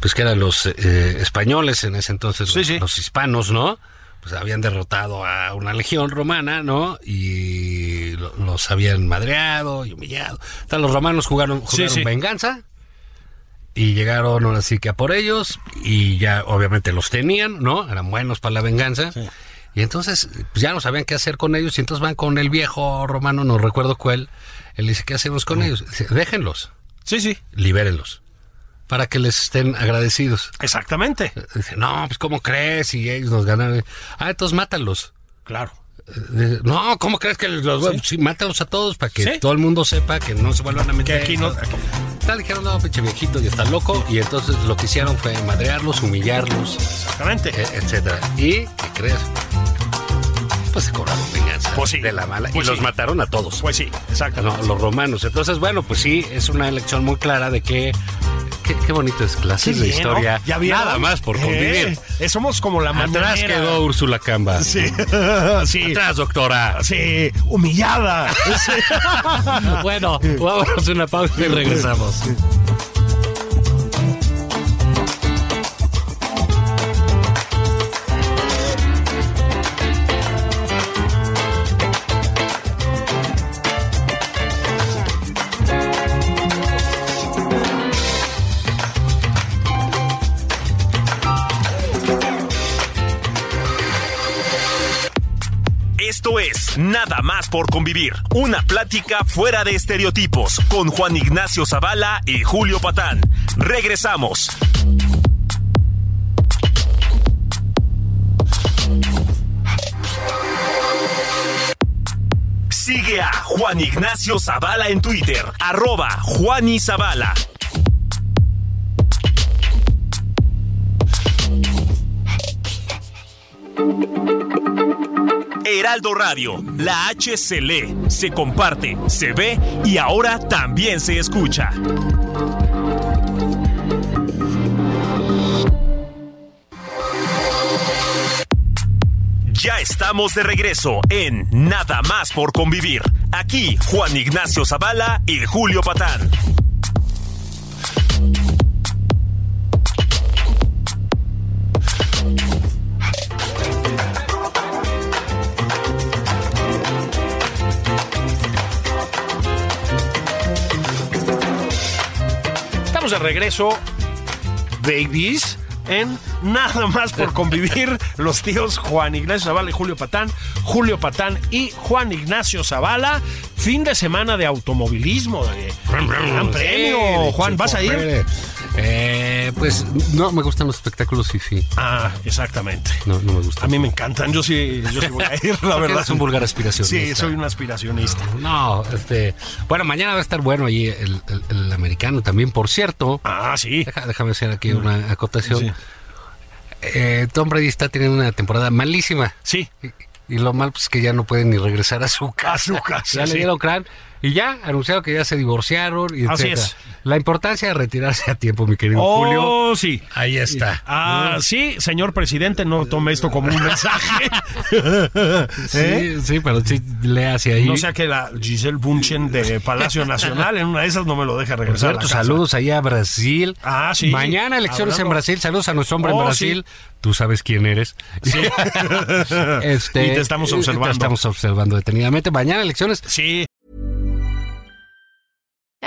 [SPEAKER 1] pues que eran los eh, españoles en ese entonces,
[SPEAKER 2] Sí,
[SPEAKER 1] los,
[SPEAKER 2] sí.
[SPEAKER 1] los hispanos, ¿no? Pues habían derrotado a una legión romana, ¿no? Y lo- los habían madreado y humillado. O sea, los romanos jugaron,
[SPEAKER 2] Sí,
[SPEAKER 1] jugaron
[SPEAKER 2] sí.
[SPEAKER 1] venganza y llegaron ahora sí que a por ellos y ya obviamente los tenían, ¿no? Eran buenos para la venganza. Y entonces pues, ya no sabían qué hacer con ellos y entonces van con el viejo romano, no recuerdo cuál. Él dice, ¿qué hacemos con ellos? Dice, déjenlos,
[SPEAKER 2] Sí, sí.
[SPEAKER 1] libérenlos, para que les estén agradecidos.
[SPEAKER 2] Exactamente.
[SPEAKER 1] Dice, no, pues ¿cómo crees? Y ellos nos ganaron. Ah, entonces mátalos.
[SPEAKER 2] Claro.
[SPEAKER 1] Dice, No, ¿cómo crees que los voy a-?" Sí, mátalos a todos para que
[SPEAKER 2] Sí.
[SPEAKER 1] todo el mundo sepa que no se vuelvan a
[SPEAKER 2] Que
[SPEAKER 1] meter.
[SPEAKER 2] aquí no.
[SPEAKER 1] Tal dijeron, no, pinche viejito, y está loco. Y entonces lo que hicieron fue madrearlos, humillarlos,
[SPEAKER 2] Exactamente.
[SPEAKER 1] e- etcétera. ¿Y qué crees? Pues se cobraron venganza
[SPEAKER 2] Pues sí.
[SPEAKER 1] de la mala.
[SPEAKER 2] Pues
[SPEAKER 1] y los
[SPEAKER 2] sí.
[SPEAKER 1] mataron a todos.
[SPEAKER 2] Pues sí,
[SPEAKER 1] No,
[SPEAKER 2] exactamente.
[SPEAKER 1] los romanos. Entonces, bueno, pues sí, es una elección muy clara de que. Qué, qué bonito es clases
[SPEAKER 2] Sí,
[SPEAKER 1] de
[SPEAKER 2] bien, ¿no?
[SPEAKER 1] historia.
[SPEAKER 2] ¿Ya vieron?
[SPEAKER 1] Nada más por convivir.
[SPEAKER 2] Eh, eh, somos como la mañanera.
[SPEAKER 1] Atrás quedó Úrsula Camba.
[SPEAKER 2] Sí, [laughs] sí,
[SPEAKER 1] Atrás, doctora.
[SPEAKER 2] sí,
[SPEAKER 1] [laughs]
[SPEAKER 2] humillada. Sí. Ah.
[SPEAKER 1] Bueno, vámonos a una pausa y regresamos.
[SPEAKER 3] Esto es Nada más por convivir, una plática fuera de estereotipos con Juan Ignacio Zavala y Julio Patán. Regresamos. Sigue a Juan Ignacio Zavala en Twitter, arroba Juan y Zavala. Heraldo Radio, la H se lee, se comparte, se ve y ahora también se escucha. Ya estamos de regreso en Nada más por convivir. Aquí Juan Ignacio Zavala y Julio Patán.
[SPEAKER 2] Estamos de regreso, babies, en Nada más
[SPEAKER 1] [laughs]
[SPEAKER 2] por convivir los tíos Juan Ignacio Zavala y Julio Patán, Julio Patán y Juan Ignacio Zavala. Fin de semana de automovilismo. de gran premio,
[SPEAKER 1] Sí,
[SPEAKER 2] Juan,
[SPEAKER 1] Checo
[SPEAKER 2] ¿vas a ir?
[SPEAKER 1] Pérez. Eh, pues no, me gustan los espectáculos fifi.
[SPEAKER 2] Ah, exactamente.
[SPEAKER 1] No, no me
[SPEAKER 2] A
[SPEAKER 1] gustan.
[SPEAKER 2] mí me encantan, yo sí, yo sí voy a
[SPEAKER 1] [laughs]
[SPEAKER 2] ir, la verdad.
[SPEAKER 1] es un vulgar aspiracionista.
[SPEAKER 2] Sí, soy un aspiracionista.
[SPEAKER 1] No, este. Bueno, mañana va a estar bueno allí el, el- el americano también, por cierto.
[SPEAKER 2] Ah, sí.
[SPEAKER 1] deja- déjame hacer aquí una acotación.
[SPEAKER 2] Mm, Sí.
[SPEAKER 1] Eh, Tom Brady está teniendo una temporada malísima.
[SPEAKER 2] Sí.
[SPEAKER 1] Y, y lo mal pues, es que ya no puede ni regresar a su casa.
[SPEAKER 2] A su casa,
[SPEAKER 1] [laughs] Ya
[SPEAKER 2] sí.
[SPEAKER 1] le dieron crán. Y ya anunciaron que ya se divorciaron. Y
[SPEAKER 2] Así
[SPEAKER 1] etcétera.
[SPEAKER 2] es.
[SPEAKER 1] La importancia de retirarse a tiempo, mi querido Julio.
[SPEAKER 2] Oh, sí.
[SPEAKER 1] Ahí está.
[SPEAKER 2] Ah, sí, señor presidente, no tome esto como un mensaje.
[SPEAKER 1] Sí, sí, pero sí le hacia ahí.
[SPEAKER 2] ¿Eh? No sea que la Giselle Bunchen de Palacio Nacional en una de esas no me lo deja
[SPEAKER 1] Por
[SPEAKER 2] regresar. a la
[SPEAKER 1] cierto,
[SPEAKER 2] casa.
[SPEAKER 1] saludos allá a Brasil.
[SPEAKER 2] Ah, sí.
[SPEAKER 1] Mañana elecciones en
[SPEAKER 2] Hablando-
[SPEAKER 1] Brasil. Saludos a nuestro hombre en
[SPEAKER 2] Oh,
[SPEAKER 1] Brasil. Tú sabes quién eres. [laughs] Este,
[SPEAKER 2] Y te estamos
[SPEAKER 1] eh,
[SPEAKER 2] observando.
[SPEAKER 1] Te estamos observando detenidamente. Mañana elecciones.
[SPEAKER 2] Sí,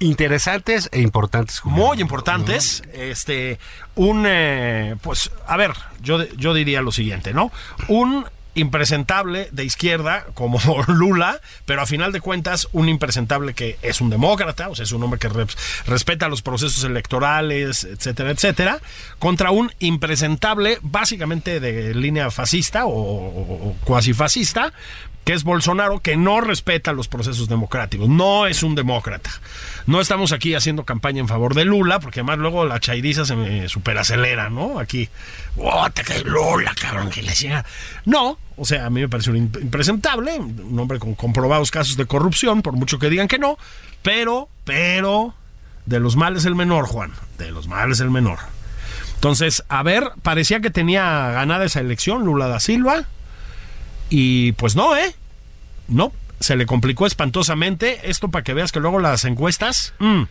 [SPEAKER 1] Interesantes e importantes. Julio.
[SPEAKER 2] muy importantes. Este, un, eh, pues, a ver, yo, de- yo diría lo siguiente, ¿no? Un impresentable de izquierda como [laughs] Lula, pero a final de cuentas un impresentable que es un demócrata, o sea, es un hombre que res- respeta los procesos electorales, etcétera, etcétera, contra un impresentable básicamente de línea fascista o, o- o cuasi fascista, que es Bolsonaro, que no respeta los procesos democráticos, no es un demócrata. No estamos aquí haciendo campaña en favor de Lula, porque además luego la chairiza se me superacelera, ¿no? Aquí, ¡oh, te cae Lula, cabrón! Que le decía. No, o sea, a mí me parece un imp- impresentable, un hombre con comprobados casos de corrupción, por mucho que digan que no, pero, pero, de los males el menor, Juan, de los males el menor. Entonces, a ver, parecía que tenía ganada esa elección Lula da Silva. Y pues no, ¿eh? No, se le complicó espantosamente. Esto para que veas que luego las encuestas. mm,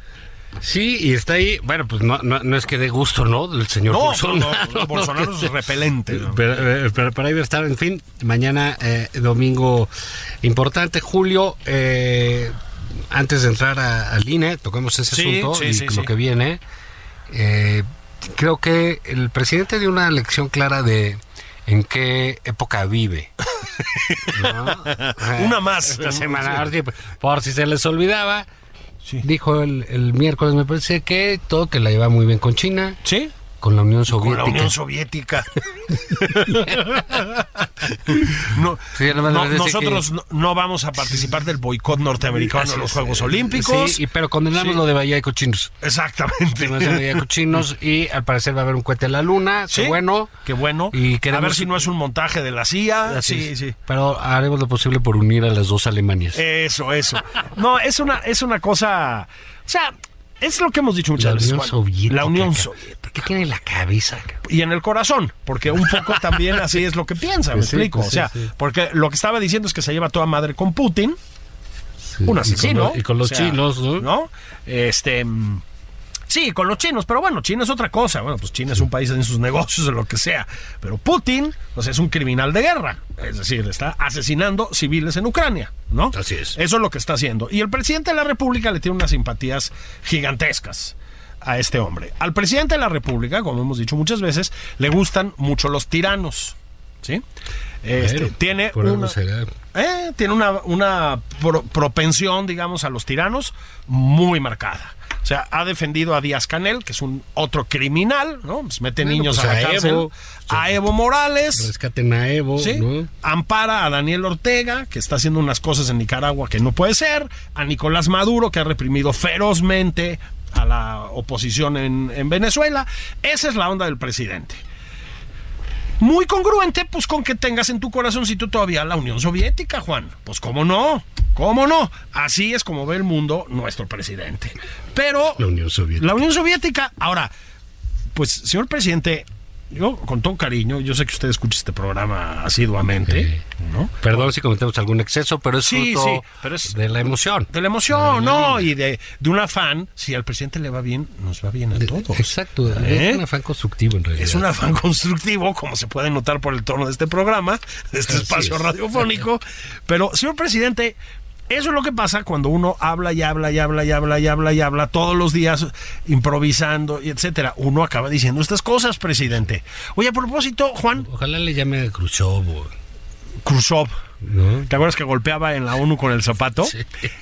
[SPEAKER 1] Sí, y está ahí. Bueno, pues no, no, no es que dé gusto, ¿no? Del señor
[SPEAKER 2] no,
[SPEAKER 1] Bolsonaro. [laughs]
[SPEAKER 2] no, no, Bolsonaro es repelente. ¿no?
[SPEAKER 1] Pero, eh, pero para ahí va a estar, en fin, mañana eh, domingo importante, Julio. eh, antes de entrar a- al INE, toquemos ese
[SPEAKER 2] Sí,
[SPEAKER 1] asunto
[SPEAKER 2] sí,
[SPEAKER 1] y
[SPEAKER 2] sí,
[SPEAKER 1] lo
[SPEAKER 2] sí.
[SPEAKER 1] que viene. Eh, creo que el presidente dio una lección clara de en qué época vive. ¿no?
[SPEAKER 2] [laughs] Una más.
[SPEAKER 1] Esta semana, ahora sí, por si se les olvidaba, dijo el, el miércoles, me parece que todo que la lleva muy bien con China,
[SPEAKER 2] ¿Sí?
[SPEAKER 1] con la Unión
[SPEAKER 2] Con
[SPEAKER 1] Soviética.
[SPEAKER 2] la
[SPEAKER 1] [laughs]
[SPEAKER 2] Unión Soviética. [laughs] No,
[SPEAKER 1] Sí, nada más
[SPEAKER 2] no,
[SPEAKER 1] les decía
[SPEAKER 2] nosotros no, no vamos a participar del boicot norteamericano
[SPEAKER 1] Así
[SPEAKER 2] en los
[SPEAKER 1] es.
[SPEAKER 2] Juegos Olímpicos.
[SPEAKER 1] Sí, y- pero condenamos
[SPEAKER 2] Sí.
[SPEAKER 1] lo de Bahía y Cochinos.
[SPEAKER 2] Exactamente.
[SPEAKER 1] Condenamos lo de Bahía y Cochinos y al parecer va a haber un cohete en la luna.
[SPEAKER 2] [laughs] Sí,
[SPEAKER 1] Qué bueno.
[SPEAKER 2] Qué bueno.
[SPEAKER 1] Y
[SPEAKER 2] a ver
[SPEAKER 1] queremos-
[SPEAKER 2] si no es un montaje de la CIA.
[SPEAKER 1] Así
[SPEAKER 2] Sí,
[SPEAKER 1] es.
[SPEAKER 2] sí. Eh,
[SPEAKER 1] Pero haremos lo posible por unir a las dos Alemanias.
[SPEAKER 2] Eso, eso. No, es una, es una cosa. O sea, es lo que hemos dicho muchas
[SPEAKER 1] la
[SPEAKER 2] veces.
[SPEAKER 1] Unión
[SPEAKER 2] Juan.
[SPEAKER 1] Soviética.
[SPEAKER 2] La Unión
[SPEAKER 1] cabrón.
[SPEAKER 2] Soviética.
[SPEAKER 1] ¿Qué tiene en la cabeza? cabrón?
[SPEAKER 2] Y en el corazón, porque un poco también así es lo que piensa,
[SPEAKER 1] [laughs]
[SPEAKER 2] me
[SPEAKER 1] Pues sí,
[SPEAKER 2] explico.
[SPEAKER 1] pues
[SPEAKER 2] o sea,
[SPEAKER 1] sí, sí.
[SPEAKER 2] porque lo que estaba diciendo es que se lleva toda madre con Putin, un
[SPEAKER 1] Y
[SPEAKER 2] asesino.
[SPEAKER 1] con, los
[SPEAKER 2] o sea,
[SPEAKER 1] chinos, ¿no?
[SPEAKER 2] Este. mm, Sí, con los chinos, pero bueno, China es otra cosa. Bueno, pues China es un país en sus negocios, en lo que sea. Pero Putin, pues es un criminal de guerra. Es decir, está asesinando civiles en Ucrania, ¿no?
[SPEAKER 1] Así es.
[SPEAKER 2] Eso es lo que está haciendo. Y el presidente de la República le tiene unas simpatías gigantescas a este hombre. Al presidente de la República, como hemos dicho muchas veces, le gustan mucho los tiranos. ¿Sí? Este,
[SPEAKER 1] Bueno,
[SPEAKER 2] tiene
[SPEAKER 1] por algo
[SPEAKER 2] una-
[SPEAKER 1] será.
[SPEAKER 2] eh, tiene una, una pro- propensión, digamos, a los tiranos muy marcada. O sea, ha defendido a Díaz Canel, que es un otro criminal, ¿no? Pues mete
[SPEAKER 1] Bueno,
[SPEAKER 2] niños
[SPEAKER 1] pues
[SPEAKER 2] a la
[SPEAKER 1] a
[SPEAKER 2] cárcel.
[SPEAKER 1] Evo.
[SPEAKER 2] a Evo Morales.
[SPEAKER 1] Rescaten a Evo,
[SPEAKER 2] ¿sí?
[SPEAKER 1] ¿no?
[SPEAKER 2] Ampara a Daniel Ortega, que está haciendo unas cosas en Nicaragua que no puede ser. A Nicolás Maduro, que ha reprimido ferozmente a la oposición en, en Venezuela. Esa es la onda del presidente. Muy congruente, pues, con que tengas en tu corazoncito todavía la Unión Soviética, Juan. Pues, ¿cómo no? ¿Cómo no? Así es como ve el mundo nuestro presidente. Pero...
[SPEAKER 1] La Unión Soviética.
[SPEAKER 2] La Unión Soviética. Ahora, pues, señor presidente, yo con todo cariño, yo sé que usted escucha este programa asiduamente, ¿no?
[SPEAKER 1] Perdón si cometemos algún exceso, pero es
[SPEAKER 2] Sí,
[SPEAKER 1] fruto
[SPEAKER 2] sí, pero es-
[SPEAKER 1] de la emoción.
[SPEAKER 2] De la emoción, ¿no? Y de, de un afán. Si al presidente le va bien, nos va bien a todos.
[SPEAKER 1] Exacto,
[SPEAKER 2] ¿Eh?
[SPEAKER 1] es un afán constructivo en realidad.
[SPEAKER 2] Es un afán constructivo, como se puede notar por el tono de este programa, de este
[SPEAKER 1] Así
[SPEAKER 2] espacio
[SPEAKER 1] es.
[SPEAKER 2] radiofónico. Pero, señor presidente, eso es lo que pasa cuando uno habla y habla y habla y habla y habla y habla todos los días, improvisando y etcétera. Uno acaba diciendo estas cosas, presidente. Oye, a propósito, Juan
[SPEAKER 1] Ojalá le llame a Khrushchev. o-
[SPEAKER 2] Khrushchev.
[SPEAKER 1] No.
[SPEAKER 2] ¿Te acuerdas que golpeaba en la ONU con el zapato?
[SPEAKER 1] Sí.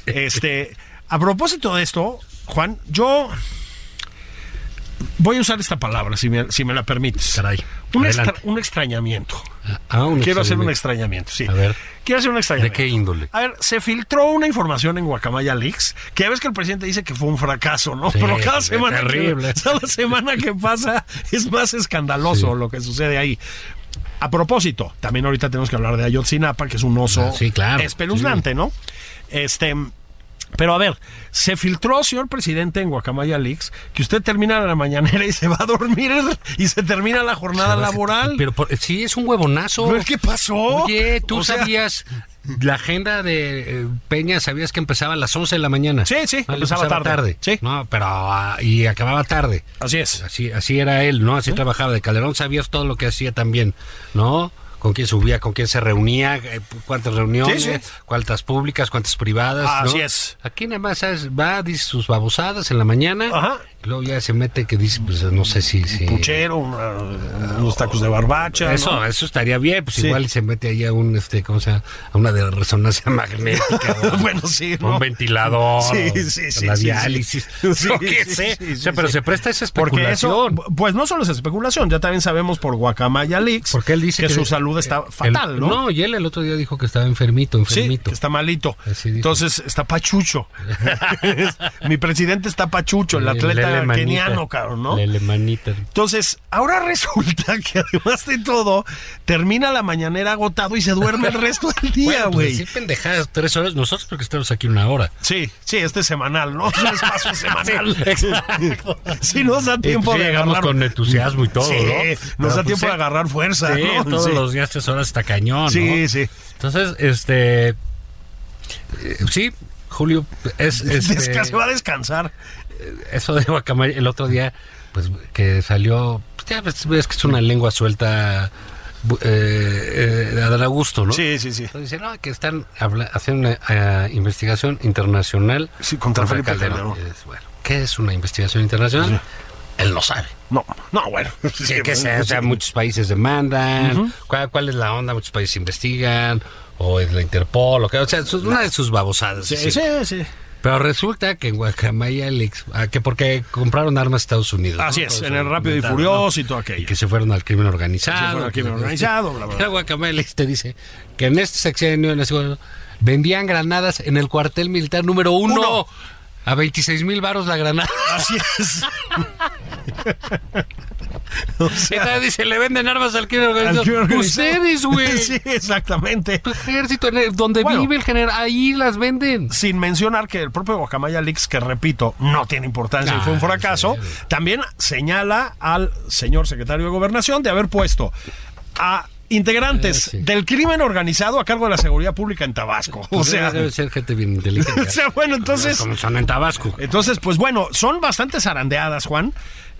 [SPEAKER 2] Este, a propósito de esto, Juan, yo voy a usar esta palabra, si me, si me la permites.
[SPEAKER 1] Caray,
[SPEAKER 2] Un,
[SPEAKER 1] adelante.
[SPEAKER 2] extra- un extrañamiento.
[SPEAKER 1] Ah, un
[SPEAKER 2] Quiero hacer un
[SPEAKER 1] examen.
[SPEAKER 2] extrañamiento, sí.
[SPEAKER 1] A ver.
[SPEAKER 2] Quiero hacer un
[SPEAKER 1] ¿De
[SPEAKER 2] extrañamiento.
[SPEAKER 1] qué índole?
[SPEAKER 2] A ver, se filtró una información en Guacamaya Leaks, que ya ves que el presidente dice que fue un fracaso, ¿no?
[SPEAKER 1] Sí,
[SPEAKER 2] [laughs] Pero cada
[SPEAKER 1] es
[SPEAKER 2] semana,
[SPEAKER 1] terrible.
[SPEAKER 2] Que, [laughs] cada semana que pasa es más escandaloso
[SPEAKER 1] Sí.
[SPEAKER 2] lo que sucede ahí. A propósito, también ahorita tenemos que hablar de Ayotzinapa, que es un oso
[SPEAKER 1] Ah, sí, claro.
[SPEAKER 2] espeluznante, ¿no? Este, pero a ver, se filtró, señor presidente, en Guacamaya Leaks, que usted termina la mañanera y se va a dormir [laughs] y se termina la jornada laboral.
[SPEAKER 1] Pero por- sí, es un huevonazo.
[SPEAKER 2] Pero, ¿Qué pasó?
[SPEAKER 1] Oye, tú
[SPEAKER 2] O sea,
[SPEAKER 1] sabías la agenda de eh, Peña, sabías que empezaba a las 11 de la mañana.
[SPEAKER 2] Sí, sí,
[SPEAKER 1] Ah, le
[SPEAKER 2] empezaba tarde. Sí.
[SPEAKER 1] No, pero ah, y acababa tarde.
[SPEAKER 2] Así es.
[SPEAKER 1] Así así era él, ¿no? Así trabajaba de Calderón, sabías todo lo que hacía también, ¿no? Con quién subía, con quién se reunía, eh, cuántas reuniones,
[SPEAKER 2] Sí, sí.
[SPEAKER 1] cuántas públicas, cuántas privadas. ¿no?
[SPEAKER 2] Así es.
[SPEAKER 1] Aquí nada más ¿sabes? va, dice sus babosadas en la mañana,
[SPEAKER 2] Ajá.
[SPEAKER 1] y luego ya se mete que dice, pues no sé si... si
[SPEAKER 2] puchero, una- unos tacos de barbacha.
[SPEAKER 1] Eso,
[SPEAKER 2] ¿no?
[SPEAKER 1] eso estaría bien, pues
[SPEAKER 2] Sí.
[SPEAKER 1] igual se mete ahí a un, este, ¿cómo se llama? A una de [laughs] resonancia magnética. o a-
[SPEAKER 2] [laughs] Bueno, sí,
[SPEAKER 1] a Un
[SPEAKER 2] ¿no?
[SPEAKER 1] ventilador.
[SPEAKER 2] Sí,
[SPEAKER 1] o
[SPEAKER 2] sí, sí,
[SPEAKER 1] La
[SPEAKER 2] sí,
[SPEAKER 1] diálisis.
[SPEAKER 2] sí.
[SPEAKER 1] [laughs]
[SPEAKER 2] Sí,
[SPEAKER 1] Yo qué
[SPEAKER 2] sí,
[SPEAKER 1] sé.
[SPEAKER 2] sí,
[SPEAKER 1] O sea,
[SPEAKER 2] sí,
[SPEAKER 1] pero
[SPEAKER 2] sí.
[SPEAKER 1] se presta esa
[SPEAKER 2] Porque eso,
[SPEAKER 1] especulación.
[SPEAKER 2] pues no solo es especulación, ya también sabemos por Guacamaya Leaks
[SPEAKER 1] Porque él dice
[SPEAKER 2] que,
[SPEAKER 1] que
[SPEAKER 2] su
[SPEAKER 1] el-
[SPEAKER 2] salud está fatal,
[SPEAKER 1] El-
[SPEAKER 2] ¿no?
[SPEAKER 1] No, y él el otro día dijo que estaba enfermito,
[SPEAKER 2] Sí,
[SPEAKER 1] enfermito.
[SPEAKER 2] que está malito.
[SPEAKER 1] Así dijo.
[SPEAKER 2] Entonces
[SPEAKER 1] [laughs]
[SPEAKER 2] está pachucho. Mi presidente está pachucho, el atleta
[SPEAKER 1] Lele Manita.
[SPEAKER 2] keniano, cabrón, ¿no?
[SPEAKER 1] Lele Manita.
[SPEAKER 2] Entonces, ahora [laughs] resulta que además de todo, termina la mañanera agotado y se duerme el resto
[SPEAKER 1] [laughs]
[SPEAKER 2] del día,
[SPEAKER 1] Bueno, pues,
[SPEAKER 2] güey.
[SPEAKER 1] sí, pendejadas, tres horas. Nosotros porque estamos aquí una hora.
[SPEAKER 2] Sí, sí, este es semanal, ¿no? [laughs] Es un
[SPEAKER 1] [laughs]
[SPEAKER 2] espacio semanal.
[SPEAKER 1] exacto.
[SPEAKER 2] Sí, nos da [laughs] tiempo
[SPEAKER 1] Y
[SPEAKER 2] de
[SPEAKER 1] Eh, Este, pues, llegamos
[SPEAKER 2] agarrar.
[SPEAKER 1] con entusiasmo y todo,
[SPEAKER 2] Sí,
[SPEAKER 1] ¿no?
[SPEAKER 2] Nos da
[SPEAKER 1] Pero, pues,
[SPEAKER 2] tiempo de
[SPEAKER 1] sí.
[SPEAKER 2] agarrar fuerza,
[SPEAKER 1] Sí,
[SPEAKER 2] ¿no?
[SPEAKER 1] todos
[SPEAKER 2] Sí.
[SPEAKER 1] los días tres horas está cañón, ¿no?
[SPEAKER 2] Sí, sí.
[SPEAKER 1] Entonces, este. eh, sí, Julio,
[SPEAKER 2] [laughs]
[SPEAKER 1] es. este,
[SPEAKER 2] Desca- se va a descansar.
[SPEAKER 1] eso de Guacamaya, el otro día, pues que salió. pues, ya ves, ves que es una lengua suelta bu- eh, eh, a dar a gusto, ¿no?
[SPEAKER 2] Sí, sí, sí.
[SPEAKER 1] Entonces dice, no, que están habla- haciendo una eh, investigación internacional
[SPEAKER 2] Sí, contra Felipe Calderón.
[SPEAKER 1] Y dices, bueno, ¿Qué es una investigación internacional? Él no sabe.
[SPEAKER 2] No, no, bueno.
[SPEAKER 1] Sí, que
[SPEAKER 2] bueno, pues
[SPEAKER 1] sea, o sea,
[SPEAKER 2] sí.
[SPEAKER 1] muchos países demandan, ¿cuál, cuál es la onda? Muchos países investigan, o es la Interpol, o, qué, o sea, es una de sus babosadas.
[SPEAKER 2] Sí,
[SPEAKER 1] sí.
[SPEAKER 2] sí, sí.
[SPEAKER 1] Pero resulta que en Guacamaya, Alex, ah, que porque compraron armas a Estados Unidos. ¿no?
[SPEAKER 2] Así es,
[SPEAKER 1] Todo
[SPEAKER 2] en
[SPEAKER 1] eso
[SPEAKER 2] el Rápido y
[SPEAKER 1] inventaron,
[SPEAKER 2] Furioso y todo
[SPEAKER 1] ¿no? Y
[SPEAKER 2] aquello.
[SPEAKER 1] que se fueron al crimen organizado.
[SPEAKER 2] Se fueron al crimen
[SPEAKER 1] Entonces,
[SPEAKER 2] organizado, bla, bla, bla.
[SPEAKER 1] Pero Guacamaya, Alex, te dice que en este sexenio, en ese gobierno, vendían granadas en el cuartel militar número uno.
[SPEAKER 2] Uno.
[SPEAKER 1] A 26 mil varos la
[SPEAKER 2] [laughs]
[SPEAKER 1] granada.
[SPEAKER 2] Así
[SPEAKER 1] [laughs]
[SPEAKER 2] es.
[SPEAKER 1] Entonces dice, le venden armas al crimen organizado.
[SPEAKER 2] Al crimen organizado.
[SPEAKER 1] Ustedes, güey.
[SPEAKER 2] [laughs] Sí, exactamente.
[SPEAKER 1] tu pues, ejército, en el- donde
[SPEAKER 2] Bueno.
[SPEAKER 1] vive el general, ahí las venden.
[SPEAKER 2] Sin mencionar que el propio Guacamaya Leaks, que repito, no tiene importancia y fue un
[SPEAKER 1] Ah,
[SPEAKER 2] fracaso, también señala al señor secretario de Gobernación de haber puesto a integrantes
[SPEAKER 1] Ah, sí.
[SPEAKER 2] del crimen organizado a cargo de la seguridad pública en Tabasco. O
[SPEAKER 1] Pues
[SPEAKER 2] sea,
[SPEAKER 1] debe ser gente bien inteligente.
[SPEAKER 2] [laughs] o sea, bueno, entonces...
[SPEAKER 1] Como son en Tabasco.
[SPEAKER 2] Entonces, pues bueno, son bastante zarandeadas, Juan.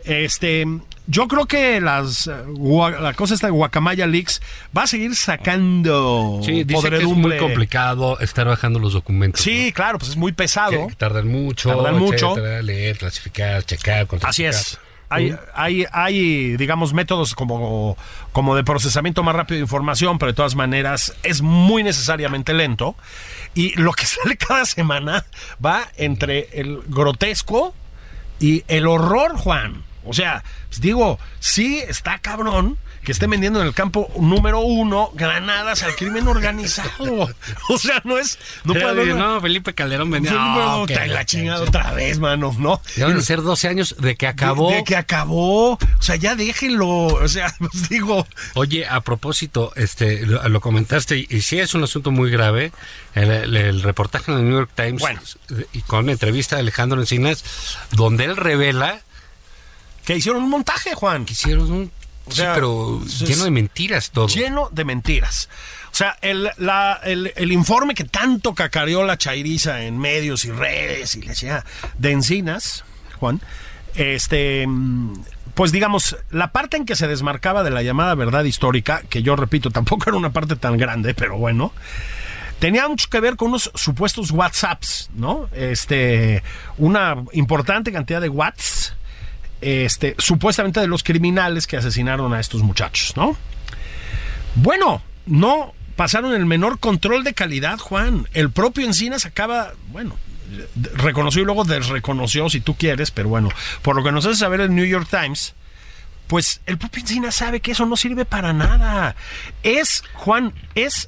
[SPEAKER 2] Este, yo creo que las eh, gua- la cosa esta de Guacamaya Leaks va a seguir sacando
[SPEAKER 1] Sí, dice que es muy
[SPEAKER 2] podredumbre.
[SPEAKER 1] complicado estar bajando los documentos.
[SPEAKER 2] Sí, claro, pues es muy
[SPEAKER 1] ¿no?
[SPEAKER 2] pesado.
[SPEAKER 1] Que, que tardan mucho.
[SPEAKER 2] Tardan mucho.
[SPEAKER 1] etcétera, leer, clasificar, checar,
[SPEAKER 2] Así
[SPEAKER 1] contrachecar.
[SPEAKER 2] es. Hay, hay, hay, digamos, métodos como, como de procesamiento más rápido de información, pero de todas maneras es muy necesariamente lento. Y lo que [laughs] sale cada semana va entre el grotesco y el horror, Juan. O sea, pues digo, sí está cabrón que esté vendiendo en el campo número uno granadas al crimen organizado. [laughs] O sea, no es. No
[SPEAKER 1] No,
[SPEAKER 2] puede haber. una-
[SPEAKER 1] no, Felipe Calderón Ah, vendió.
[SPEAKER 2] No,
[SPEAKER 1] No, que
[SPEAKER 2] te la chingada otra vez, mano, ¿no?
[SPEAKER 1] Ya van a ser 12 años de que acabó.
[SPEAKER 2] De, de que acabó. O sea, ya déjenlo. O sea, [laughs] os digo.
[SPEAKER 1] Oye, a propósito, este, lo, lo comentaste y, y sí es un asunto muy grave. El, el- el reportaje en el New York Times
[SPEAKER 2] Bueno.
[SPEAKER 1] y con entrevista de Alejandro Encinas, donde él revela
[SPEAKER 2] Que hicieron un montaje, Juan.
[SPEAKER 1] que hicieron un,
[SPEAKER 2] O
[SPEAKER 1] sí,
[SPEAKER 2] sea,
[SPEAKER 1] pero
[SPEAKER 2] es-
[SPEAKER 1] lleno de mentiras todo.
[SPEAKER 2] Lleno de mentiras. O sea, el, la- el- el informe que tanto cacareó la chairiza en medios y redes y le decía de encinas, Juan, este. mm, Pues digamos, la parte en que se desmarcaba de la llamada verdad histórica, que yo repito, [laughs] tampoco era una parte tan grande, pero bueno, tenía mucho que ver con unos supuestos WhatsApps, ¿no? Este, una importante cantidad de Whats, este, supuestamente de los criminales que asesinaron a estos muchachos, ¿no? Bueno, no pasaron el menor control de calidad, Juan. El propio Encinas acaba, bueno, reconoció y luego desreconoció, si tú quieres, pero bueno, por lo que nos hace saber el New York Times, pues el propio Encinas sabe que eso no sirve para nada. Es, Juan, es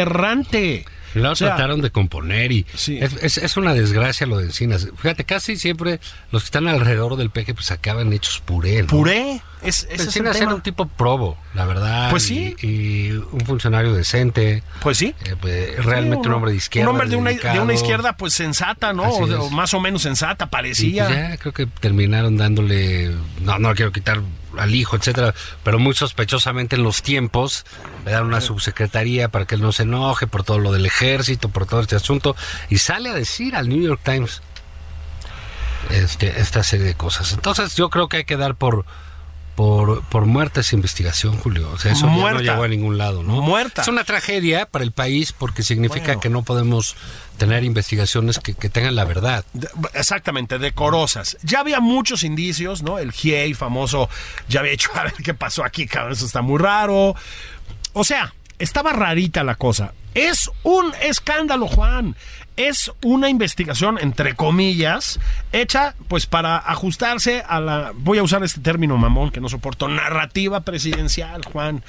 [SPEAKER 2] aberrante.
[SPEAKER 1] Lo
[SPEAKER 2] O sea,
[SPEAKER 1] trataron de componer y
[SPEAKER 2] Sí.
[SPEAKER 1] es, es- es una desgracia lo de Encinas. Fíjate, casi siempre los que están alrededor del peje pues acaban hechos puré. ¿no?
[SPEAKER 2] Puré, es, ese es el
[SPEAKER 1] Encinas era
[SPEAKER 2] tema.
[SPEAKER 1] un tipo probo, la verdad.
[SPEAKER 2] Pues
[SPEAKER 1] y-
[SPEAKER 2] sí.
[SPEAKER 1] Y, un funcionario decente.
[SPEAKER 2] Pues sí.
[SPEAKER 1] eh, pues, realmente
[SPEAKER 2] Sí,
[SPEAKER 1] un hombre de izquierda.
[SPEAKER 2] Un hombre de una, de una
[SPEAKER 1] dedicado.
[SPEAKER 2] izquierda, pues sensata, ¿no?
[SPEAKER 1] Así
[SPEAKER 2] O, de-
[SPEAKER 1] es.
[SPEAKER 2] o más o menos sensata,
[SPEAKER 1] Y
[SPEAKER 2] parecía.
[SPEAKER 1] pues ya creo que terminaron dándole, no, no quiero quitar al hijo, etcétera, pero muy sospechosamente en los tiempos le dan una subsecretaría para que él no se enoje por todo lo del ejército, por todo este asunto, y sale a decir al New York Times este, esta serie de cosas. Entonces yo creo que hay que dar por por, por muerta esa investigación, Julio. O sea, eso ya no
[SPEAKER 2] Muerta.
[SPEAKER 1] llegó a ningún lado, ¿no?
[SPEAKER 2] Muerta.
[SPEAKER 1] Es una tragedia para el país porque significa
[SPEAKER 2] Bueno.
[SPEAKER 1] que no podemos tener investigaciones que- que tengan la verdad.
[SPEAKER 2] De- Exactamente, decorosas. Ya había muchos indicios, ¿no? El GIEI famoso ya había hecho, [laughs] a ver qué pasó aquí, cabrón, eso está muy raro. O sea, estaba rarita la cosa. Es un escándalo, Juan. Es una investigación, entre comillas, hecha pues para ajustarse a la, voy a usar este término mamón que no soporto, narrativa presidencial, Juan.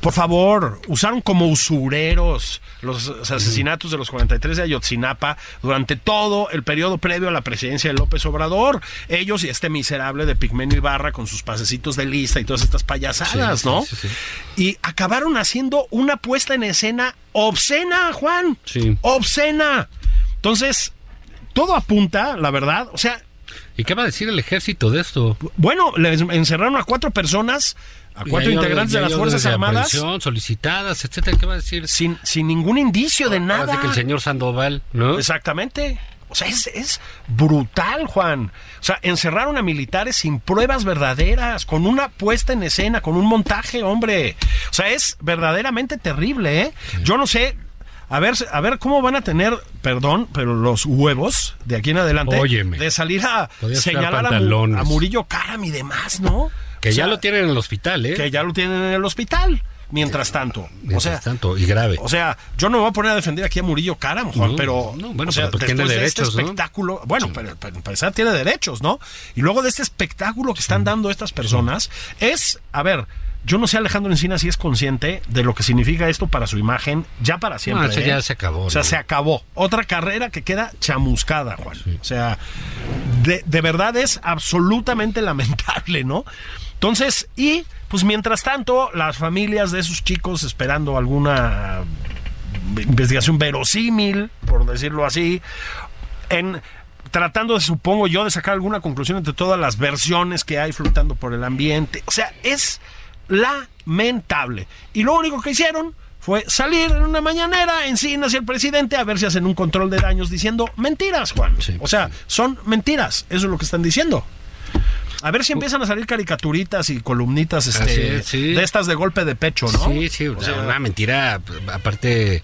[SPEAKER 2] Por favor, usaron como usureros los asesinatos de los 43 de Ayotzinapa durante todo el periodo previo a la presidencia de López Obrador. Ellos y este miserable de Pigmenio Ibarra con sus pasecitos de lista y todas estas payasadas,
[SPEAKER 1] Sí,
[SPEAKER 2] ¿no?
[SPEAKER 1] sí, sí, sí.
[SPEAKER 2] Y acabaron haciendo una puesta en escena obscena, Juan.
[SPEAKER 1] Sí.
[SPEAKER 2] Obscena. Entonces, todo apunta, la verdad. O sea,
[SPEAKER 1] ¿Y qué va a decir el ejército de esto?
[SPEAKER 2] bueno, les encerraron a cuatro personas, a cuatro
[SPEAKER 1] Y hay
[SPEAKER 2] integrantes de
[SPEAKER 1] orden- y
[SPEAKER 2] las
[SPEAKER 1] hay
[SPEAKER 2] Fuerzas
[SPEAKER 1] órdenes de
[SPEAKER 2] Armadas.
[SPEAKER 1] aprehensión Solicitadas, etcétera. ¿Qué va a decir?
[SPEAKER 2] sin, sin ningún indicio de
[SPEAKER 1] Ahora sí
[SPEAKER 2] nada.
[SPEAKER 1] que el señor Sandoval, ¿no?
[SPEAKER 2] Exactamente. O sea, es, es brutal, Juan. O sea, encerraron a militares sin pruebas verdaderas, con una puesta en escena, con un montaje, hombre. O sea, es verdaderamente terrible, ¿eh? Yo no sé. A ver, a ver cómo van a tener, perdón, pero los huevos de aquí en adelante
[SPEAKER 1] Óyeme.
[SPEAKER 2] de salir a
[SPEAKER 1] Podías usar
[SPEAKER 2] señalar a, Mu-
[SPEAKER 1] pantalones.
[SPEAKER 2] a Murillo Karam y demás, ¿no?
[SPEAKER 1] Que
[SPEAKER 2] O
[SPEAKER 1] ya
[SPEAKER 2] sea,
[SPEAKER 1] lo tienen en el hospital, ¿eh?
[SPEAKER 2] que ya lo tienen en el hospital. Mientras tanto, o
[SPEAKER 1] Mientras
[SPEAKER 2] sea,
[SPEAKER 1] tanto, y grave.
[SPEAKER 2] o sea, yo no me voy a poner a defender aquí a Murillo Karam, Juan,
[SPEAKER 1] No,
[SPEAKER 2] pero.
[SPEAKER 1] no, bueno,
[SPEAKER 2] o sea,
[SPEAKER 1] pero pues tiene
[SPEAKER 2] después de
[SPEAKER 1] derechos,
[SPEAKER 2] este
[SPEAKER 1] ¿no?
[SPEAKER 2] espectáculo. Bueno, pero, pero para empezar tiene derechos, ¿no? Y luego de este espectáculo que están dando estas personas, es. A ver. Yo no sé, Alejandro Encina, si es consciente de lo que significa esto para su imagen, ya para siempre.
[SPEAKER 1] eso
[SPEAKER 2] ¿eh?
[SPEAKER 1] ya se acabó,
[SPEAKER 2] O sea,
[SPEAKER 1] ¿no?
[SPEAKER 2] se acabó. Otra carrera que queda chamuscada, Juan. O sea, de, de verdad es absolutamente lamentable, ¿no? Entonces, y pues mientras tanto, las familias de esos chicos esperando alguna investigación verosímil, por decirlo así, en tratando, supongo yo, de sacar alguna conclusión entre todas las versiones que hay flotando por el ambiente. O sea, es lamentable. Y lo único que hicieron fue salir en una mañanera en sí hacia el presidente a ver si hacen un control de daños diciendo mentiras, Juan.
[SPEAKER 1] Sí.
[SPEAKER 2] O sea, son mentiras. Eso es lo que están diciendo. A ver si empiezan a salir caricaturitas y columnitas este,
[SPEAKER 1] Así es, sí.
[SPEAKER 2] de estas de golpe de pecho, ¿no?
[SPEAKER 1] Sí, sí, o sea, una mentira, aparte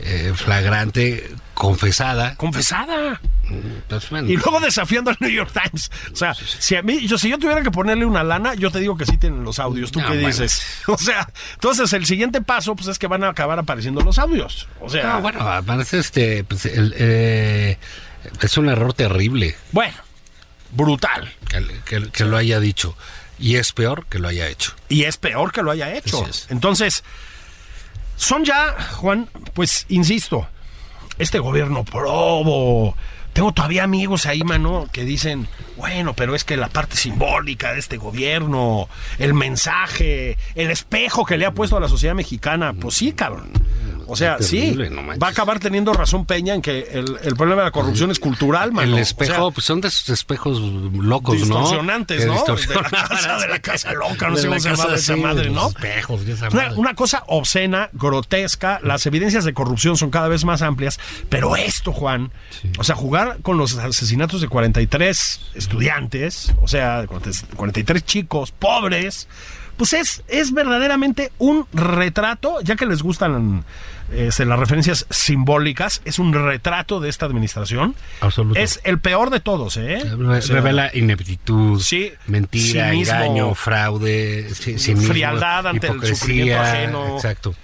[SPEAKER 1] eh, flagrante, confesada.
[SPEAKER 2] Confesada.
[SPEAKER 1] Entonces, bueno,
[SPEAKER 2] [laughs] Y luego desafiando al New York Times. O sea, si a mí, yo, si yo tuviera que ponerle una lana, yo te digo que sí tienen los audios. ¿Tú
[SPEAKER 1] No,
[SPEAKER 2] qué
[SPEAKER 1] bueno.
[SPEAKER 2] dices? [laughs] O sea, entonces el siguiente paso, pues es que van a acabar apareciendo los audios. O sea,
[SPEAKER 1] no,
[SPEAKER 2] bueno.
[SPEAKER 1] Ah, bueno, aparte, este, pues, el, eh, es un error terrible
[SPEAKER 2] brutal.
[SPEAKER 1] que- que- que lo haya dicho. Y es peor que lo haya hecho.
[SPEAKER 2] Y es peor que lo haya hecho.
[SPEAKER 1] Así es.
[SPEAKER 2] Entonces, son ya, Juan, pues insisto, este gobierno probo. Tengo todavía amigos ahí, mano, que dicen, bueno, pero es que la parte simbólica de este gobierno, el mensaje, el espejo que le ha puesto a la sociedad mexicana, pues sí, cabrón. O sea, sí,
[SPEAKER 1] Terrible, no manches.
[SPEAKER 2] va a acabar teniendo razón Peña en que el, el problema de la corrupción es cultural, mano. O
[SPEAKER 1] El
[SPEAKER 2] sea,
[SPEAKER 1] espejo, pues son de esos espejos locos,
[SPEAKER 2] Distorsionantes,
[SPEAKER 1] ¿no?
[SPEAKER 2] ¿no?
[SPEAKER 1] Que
[SPEAKER 2] [laughs] De
[SPEAKER 1] [laughs]
[SPEAKER 2] la casa- de la casa loca, no
[SPEAKER 1] De
[SPEAKER 2] sé
[SPEAKER 1] la
[SPEAKER 2] cómo se
[SPEAKER 1] casa,
[SPEAKER 2] llamaba esa
[SPEAKER 1] sí,
[SPEAKER 2] madre,
[SPEAKER 1] de los
[SPEAKER 2] ¿no?
[SPEAKER 1] espejos, de esa
[SPEAKER 2] Una,
[SPEAKER 1] madre.
[SPEAKER 2] una cosa obscena, grotesca, las evidencias de corrupción son cada vez más amplias, pero esto, Juan, o sea, jugar con los asesinatos de 43 estudiantes, o sea, de 43 chicos pobres, pues es, es verdaderamente un retrato, ya que les gustan este, las referencias simbólicas, es un retrato de esta administración.
[SPEAKER 1] Absoluto.
[SPEAKER 2] Es el peor de todos, ¿eh?
[SPEAKER 1] Re-
[SPEAKER 2] O sea,
[SPEAKER 1] Revela ineptitud,
[SPEAKER 2] Sí,
[SPEAKER 1] mentira,
[SPEAKER 2] cinismo,
[SPEAKER 1] engaño, fraude, ci- cinismo,
[SPEAKER 2] frialdad ante el
[SPEAKER 1] hipocresía,
[SPEAKER 2] sufrimiento ajeno.
[SPEAKER 1] Exacto.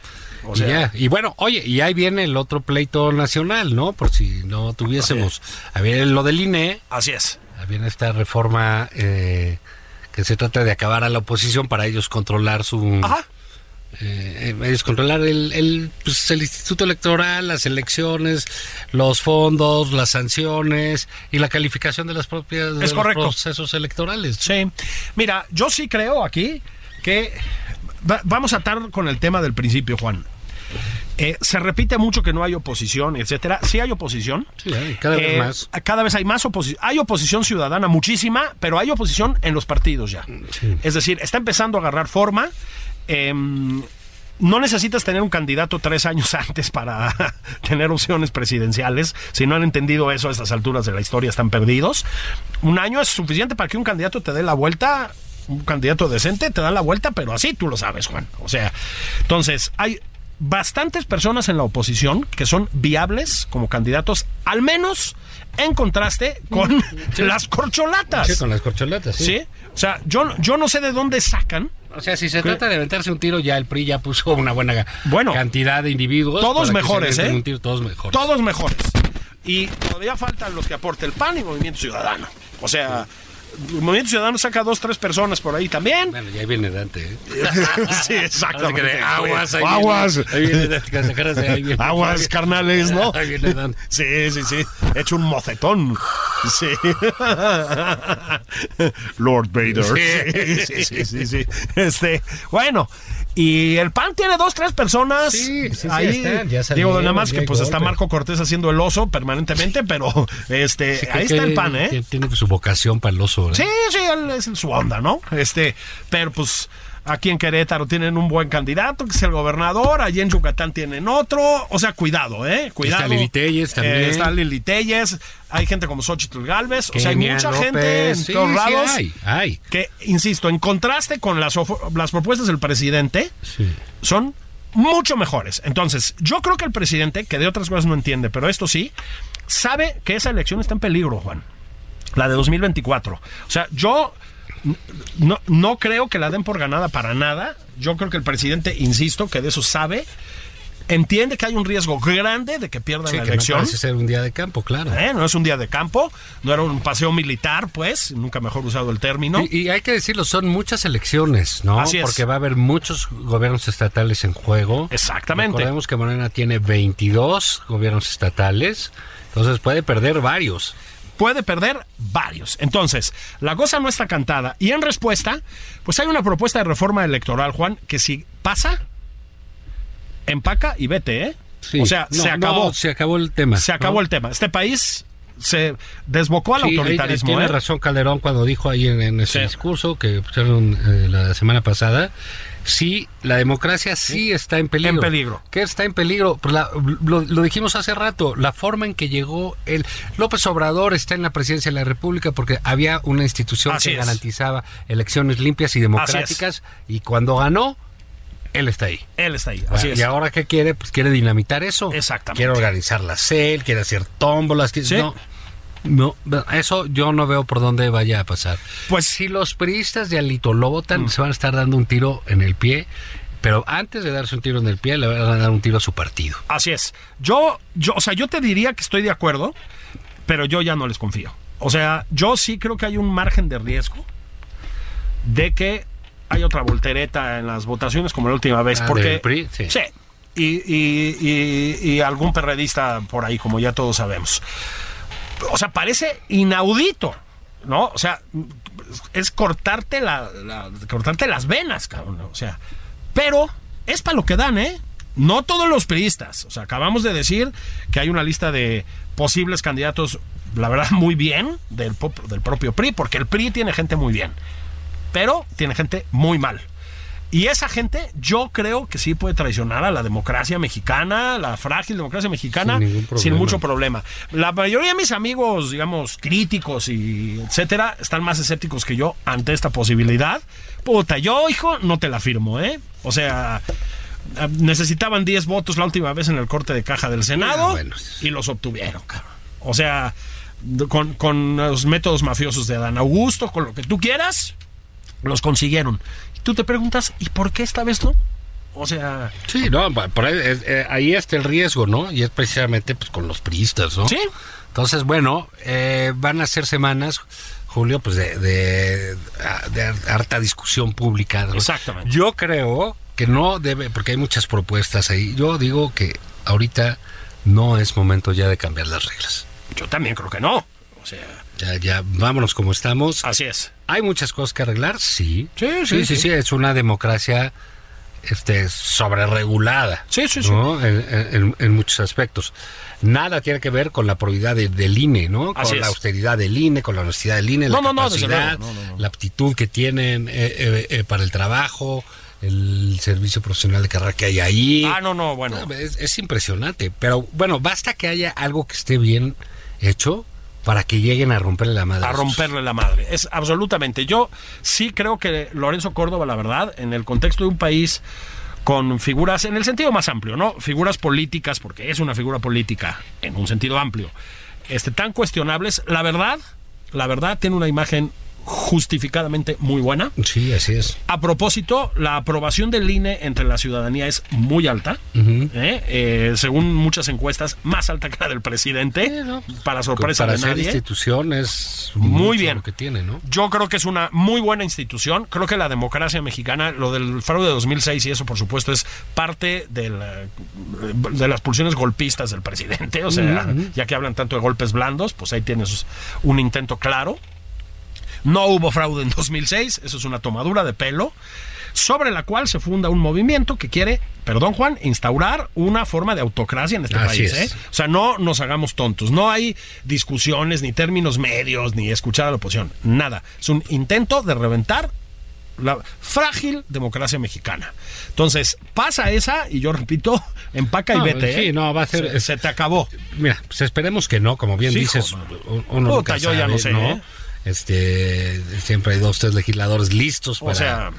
[SPEAKER 2] O
[SPEAKER 1] Y
[SPEAKER 2] sea,
[SPEAKER 1] ya. Y bueno, oye, y ahí viene el otro pleito nacional, ¿no? Por si no tuviésemos. A ver, lo del INE,
[SPEAKER 2] así es.
[SPEAKER 1] a ver esta reforma eh, que se trata de acabar a la oposición para ellos controlar su...
[SPEAKER 2] Ajá.
[SPEAKER 1] eh, eh, ellos controlar el, el, pues, el instituto electoral, las elecciones, los fondos, las sanciones y la calificación de las propias de los
[SPEAKER 2] correcto.
[SPEAKER 1] procesos electorales.
[SPEAKER 2] Sí. Mira, yo sí creo aquí que va- vamos a atar con el tema del principio, Juan. Eh, se repite mucho que no hay oposición, etcétera. Sí hay oposición.
[SPEAKER 1] Sí, hay, cada vez
[SPEAKER 2] Eh,
[SPEAKER 1] más.
[SPEAKER 2] Cada vez hay más oposición. Hay oposición ciudadana, muchísima, pero hay oposición en los partidos ya.
[SPEAKER 1] Sí.
[SPEAKER 2] Es decir, está empezando a agarrar forma. Em, no necesitas tener un candidato tres años [laughs] antes para tener opciones presidenciales. Si no han entendido eso a estas alturas de la historia, están perdidos. Un año es suficiente para que un candidato te dé la vuelta. Un candidato decente te da la vuelta, pero así tú lo sabes, Juan. O sea, entonces hay bastantes personas en la oposición que son viables como candidatos, al menos en contraste con [laughs] las corcholatas.
[SPEAKER 1] Sí, con las corcholatas.
[SPEAKER 2] ¿Sí? O sea, yo, yo no sé de dónde sacan.
[SPEAKER 1] O sea, si se trata de aventarse un tiro, ya el PRI ya puso una buena
[SPEAKER 2] Bueno.
[SPEAKER 1] cantidad de individuos. para que
[SPEAKER 2] Todos
[SPEAKER 1] se
[SPEAKER 2] mejores,
[SPEAKER 1] avienten
[SPEAKER 2] ¿eh?
[SPEAKER 1] un tiro, todos mejores.
[SPEAKER 2] Todos mejores. Y todavía faltan los que aporte el PAN y Movimiento Ciudadano. O sea, Movimiento Ciudadano saca dos, tres personas por ahí también.
[SPEAKER 1] Bueno, ya ahí viene Dante. ¿eh?
[SPEAKER 2] [laughs] Sí, exactamente.
[SPEAKER 1] Aguas, ahí viene-
[SPEAKER 2] Aguas.
[SPEAKER 1] ahí viene Dante, que se agarras de ahí viene-
[SPEAKER 2] [laughs] Aguas, carnales, ¿no?
[SPEAKER 1] Ahí viene Dante.
[SPEAKER 2] Sí, sí, sí. He hecho un mocetón. Sí. Lord Vader. Sí, sí, sí, sí, sí. Este, bueno. Y el PAN tiene dos, tres personas.
[SPEAKER 1] Sí, sí, sí,
[SPEAKER 2] ahí.
[SPEAKER 1] están, ya salieron,
[SPEAKER 2] Digo, nada más
[SPEAKER 1] ya
[SPEAKER 2] que
[SPEAKER 1] hay
[SPEAKER 2] pues está
[SPEAKER 1] golpes.
[SPEAKER 2] Marco Cortés haciendo el oso permanentemente, pero este,
[SPEAKER 1] Sí, creo
[SPEAKER 2] ahí está
[SPEAKER 1] que
[SPEAKER 2] el PAN, ¿eh?
[SPEAKER 1] que Tiene su vocación para el oso. ¿eh?
[SPEAKER 2] Sí, sí, él es en su onda, ¿no? Este, pero pues aquí en Querétaro tienen un buen candidato, que es el gobernador, allí en Yucatán tienen otro, o sea, cuidado, ¿eh? Cuidado.
[SPEAKER 1] Lili Telles también.
[SPEAKER 2] Eh, está Lili Telles, hay gente como Xochitl Galvez, o sea, hay
[SPEAKER 1] Kenia
[SPEAKER 2] mucha
[SPEAKER 1] López.
[SPEAKER 2] gente en
[SPEAKER 1] Sí,
[SPEAKER 2] todos
[SPEAKER 1] sí,
[SPEAKER 2] lados.
[SPEAKER 1] hay, hay.
[SPEAKER 2] Que, insisto, en contraste con las, ofo- las propuestas del presidente,
[SPEAKER 1] Sí.
[SPEAKER 2] son mucho mejores. Entonces, yo creo que el presidente, que de otras cosas no entiende, pero esto sí, sabe que esa elección está en peligro, Juan. La de 2024. O sea, yo n- no, no creo que la den por ganada para nada. Yo creo que el presidente, insisto, que de eso sabe, entiende que hay un riesgo grande de que pierdan
[SPEAKER 1] Sí,
[SPEAKER 2] la
[SPEAKER 1] que no
[SPEAKER 2] elección.
[SPEAKER 1] parece ser un día de campo, claro.
[SPEAKER 2] ¿eh? No es un día de campo, no era un paseo militar, pues, nunca mejor usado el término.
[SPEAKER 1] Y, y hay que decirlo, son muchas elecciones, ¿no?
[SPEAKER 2] Así es.
[SPEAKER 1] Porque va a haber muchos gobiernos estatales en juego.
[SPEAKER 2] Exactamente.
[SPEAKER 1] Recordemos que Morena tiene 22 gobiernos estatales, entonces puede perder varios.
[SPEAKER 2] puede perder varios. Entonces, la cosa no está cantada. Y en respuesta, pues hay una propuesta de reforma electoral, Juan, que si pasa, empaca y vete, ¿eh? o sea,
[SPEAKER 1] No,
[SPEAKER 2] se
[SPEAKER 1] no,
[SPEAKER 2] acabó.
[SPEAKER 1] se acabó el tema.
[SPEAKER 2] se acabó
[SPEAKER 1] ¿no?
[SPEAKER 2] el tema. Este país se desbocó al
[SPEAKER 1] Sí, ahí
[SPEAKER 2] autoritarismo.
[SPEAKER 1] Tiene
[SPEAKER 2] ¿eh?
[SPEAKER 1] razón Calderón cuando dijo ahí en, en ese
[SPEAKER 2] Sí.
[SPEAKER 1] discurso que pusieron eh, la semana pasada. Sí, la democracia sí está en peligro.
[SPEAKER 2] En peligro.
[SPEAKER 1] ¿Qué está en peligro? Pues la- lo, lo dijimos hace rato, la forma en que llegó el... López Obrador está en la presidencia de la República porque había una institución
[SPEAKER 2] Así
[SPEAKER 1] que
[SPEAKER 2] es.
[SPEAKER 1] garantizaba elecciones limpias y democráticas y cuando ganó, él está ahí.
[SPEAKER 2] Él está ahí. Así
[SPEAKER 1] Ah,
[SPEAKER 2] es.
[SPEAKER 1] ¿Y ahora qué quiere? Pues quiere dinamitar eso.
[SPEAKER 2] Exactamente.
[SPEAKER 1] Quiere organizar la CEL, quiere hacer tómbolas. quiere-
[SPEAKER 2] Sí.
[SPEAKER 1] No, no, no, eso yo no veo por dónde vaya a pasar.
[SPEAKER 2] Pues- Mm.
[SPEAKER 1] si los priistas de Alito lo votan, se van a estar dando un tiro en el pie. Pero antes de darse un tiro en el pie, le van a dar un tiro a su partido.
[SPEAKER 2] Así es. Yo, yo, o sea, yo te diría que estoy de acuerdo, pero yo ya no les confío. O sea, yo sí creo que hay un margen de riesgo de que hay otra voltereta en las votaciones como la última vez.
[SPEAKER 1] Ah,
[SPEAKER 2] porque
[SPEAKER 1] del PRI, sí.
[SPEAKER 2] y, y- y- y algún perredista por ahí, como ya todos sabemos. O sea, parece inaudito, ¿no? O sea, es cortarte, la, la- cortarte las venas, cabrón. O sea, pero es para lo que dan, ¿eh? No todos los periodistas. O sea, acabamos de decir que hay una lista de posibles candidatos, la verdad, muy bien del, pop- del propio PRI, porque el PRI tiene gente muy bien, pero tiene gente muy mal. Y esa gente, yo creo que sí puede traicionar a la democracia mexicana, la frágil democracia mexicana,
[SPEAKER 1] Sin ningún
[SPEAKER 2] sin,
[SPEAKER 1] problema.
[SPEAKER 2] mucho problema. La mayoría de mis amigos, digamos, críticos y etcétera, están más escépticos que yo ante esta posibilidad. Puta, yo, hijo, no te la firmo, ¿eh? O sea, eh, necesitaban 10 votos la última vez en el corte de caja del Senado
[SPEAKER 1] Ah, bueno.
[SPEAKER 2] y los obtuvieron, cabrón. O sea, con, con los métodos mafiosos de Adán Augusto, con lo que tú quieras, los consiguieron. Y tú te preguntas, ¿y por qué esta vez no? O sea,
[SPEAKER 1] Sí, no, pa- por ahí, es- eh, ahí está el riesgo, ¿no? Y es precisamente pues, con los priistas, ¿no?
[SPEAKER 2] Sí.
[SPEAKER 1] Entonces, bueno, eh, van a ser semanas, Julio, pues de, de- de harta discusión pública. ¿no?
[SPEAKER 2] Exactamente.
[SPEAKER 1] Yo creo que no debe, porque hay muchas propuestas ahí. Yo digo que ahorita no es momento ya de cambiar las reglas.
[SPEAKER 2] yo también creo que no. O sea,
[SPEAKER 1] Ya, ya, vámonos como estamos.
[SPEAKER 2] así es.
[SPEAKER 1] ¿Hay muchas cosas que arreglar? Sí.
[SPEAKER 2] Sí, sí,
[SPEAKER 1] sí.
[SPEAKER 2] sí.
[SPEAKER 1] sí, es una democracia este, sobreregulada.
[SPEAKER 2] Sí, sí, sí.
[SPEAKER 1] ¿no? En, en- en muchos aspectos. Nada tiene que ver con la probidad de- del INE, ¿no? Con
[SPEAKER 2] Así
[SPEAKER 1] la
[SPEAKER 2] es.
[SPEAKER 1] austeridad del INE, con la honestidad del INE,
[SPEAKER 2] No,
[SPEAKER 1] la
[SPEAKER 2] no, no, desde
[SPEAKER 1] capacidad,
[SPEAKER 2] luego, no, no, no.
[SPEAKER 1] la aptitud que tienen eh, eh, eh, para el trabajo, el servicio profesional de carrera que hay ahí.
[SPEAKER 2] Ah, no, no, bueno.
[SPEAKER 1] No, Es, es impresionante, pero bueno, basta que haya algo que esté bien hecho para que lleguen a romperle la madre.
[SPEAKER 2] A
[SPEAKER 1] esos.
[SPEAKER 2] romperle la madre. Es absolutamente. Yo sí creo que Lorenzo Córdoba, la verdad, en el contexto de un país con figuras, en el sentido más amplio, ¿no? Figuras políticas, porque es una figura política, en un sentido amplio, este, tan cuestionables, la verdad, la verdad tiene una imagen justificadamente muy buena.
[SPEAKER 1] Sí, así es.
[SPEAKER 2] A propósito, la aprobación del INE entre la ciudadanía es muy alta, ¿eh? Eh, según muchas encuestas, más alta que la del presidente, para sorpresa
[SPEAKER 1] para
[SPEAKER 2] de
[SPEAKER 1] ser
[SPEAKER 2] nadie.
[SPEAKER 1] institución es
[SPEAKER 2] Muy
[SPEAKER 1] mucho
[SPEAKER 2] bien.
[SPEAKER 1] lo que tiene, ¿no?
[SPEAKER 2] Yo creo que es una muy buena institución. Creo que la democracia mexicana, lo del fraude de 2006 y eso, por supuesto, es parte de, la- de las pulsiones golpistas del presidente. O sea, ya que hablan tanto de golpes blandos, pues ahí tienes un intento claro. No hubo fraude en 2006, eso es una tomadura de pelo, sobre la cual se funda un movimiento que quiere, perdón Juan, instaurar una forma de autocracia en este
[SPEAKER 1] Así
[SPEAKER 2] país.
[SPEAKER 1] es.
[SPEAKER 2] ¿eh? O sea, no nos hagamos tontos, no hay discusiones, ni términos medios, ni escuchar a la oposición, nada. Es un intento de reventar la frágil democracia mexicana. Entonces, pasa esa y yo repito, [laughs] empaca y
[SPEAKER 1] No,
[SPEAKER 2] vete.
[SPEAKER 1] sí,
[SPEAKER 2] ¿eh?
[SPEAKER 1] no, va a ser-
[SPEAKER 2] Se, se te acabó.
[SPEAKER 1] Mira, pues esperemos que no, como bien
[SPEAKER 2] Sí,
[SPEAKER 1] dices,
[SPEAKER 2] hijo,
[SPEAKER 1] un- uno
[SPEAKER 2] Puta,
[SPEAKER 1] nunca
[SPEAKER 2] yo ya
[SPEAKER 1] sabe,
[SPEAKER 2] no sé, ¿eh?
[SPEAKER 1] Este, siempre hay dos, tres legisladores listos para,
[SPEAKER 2] sea-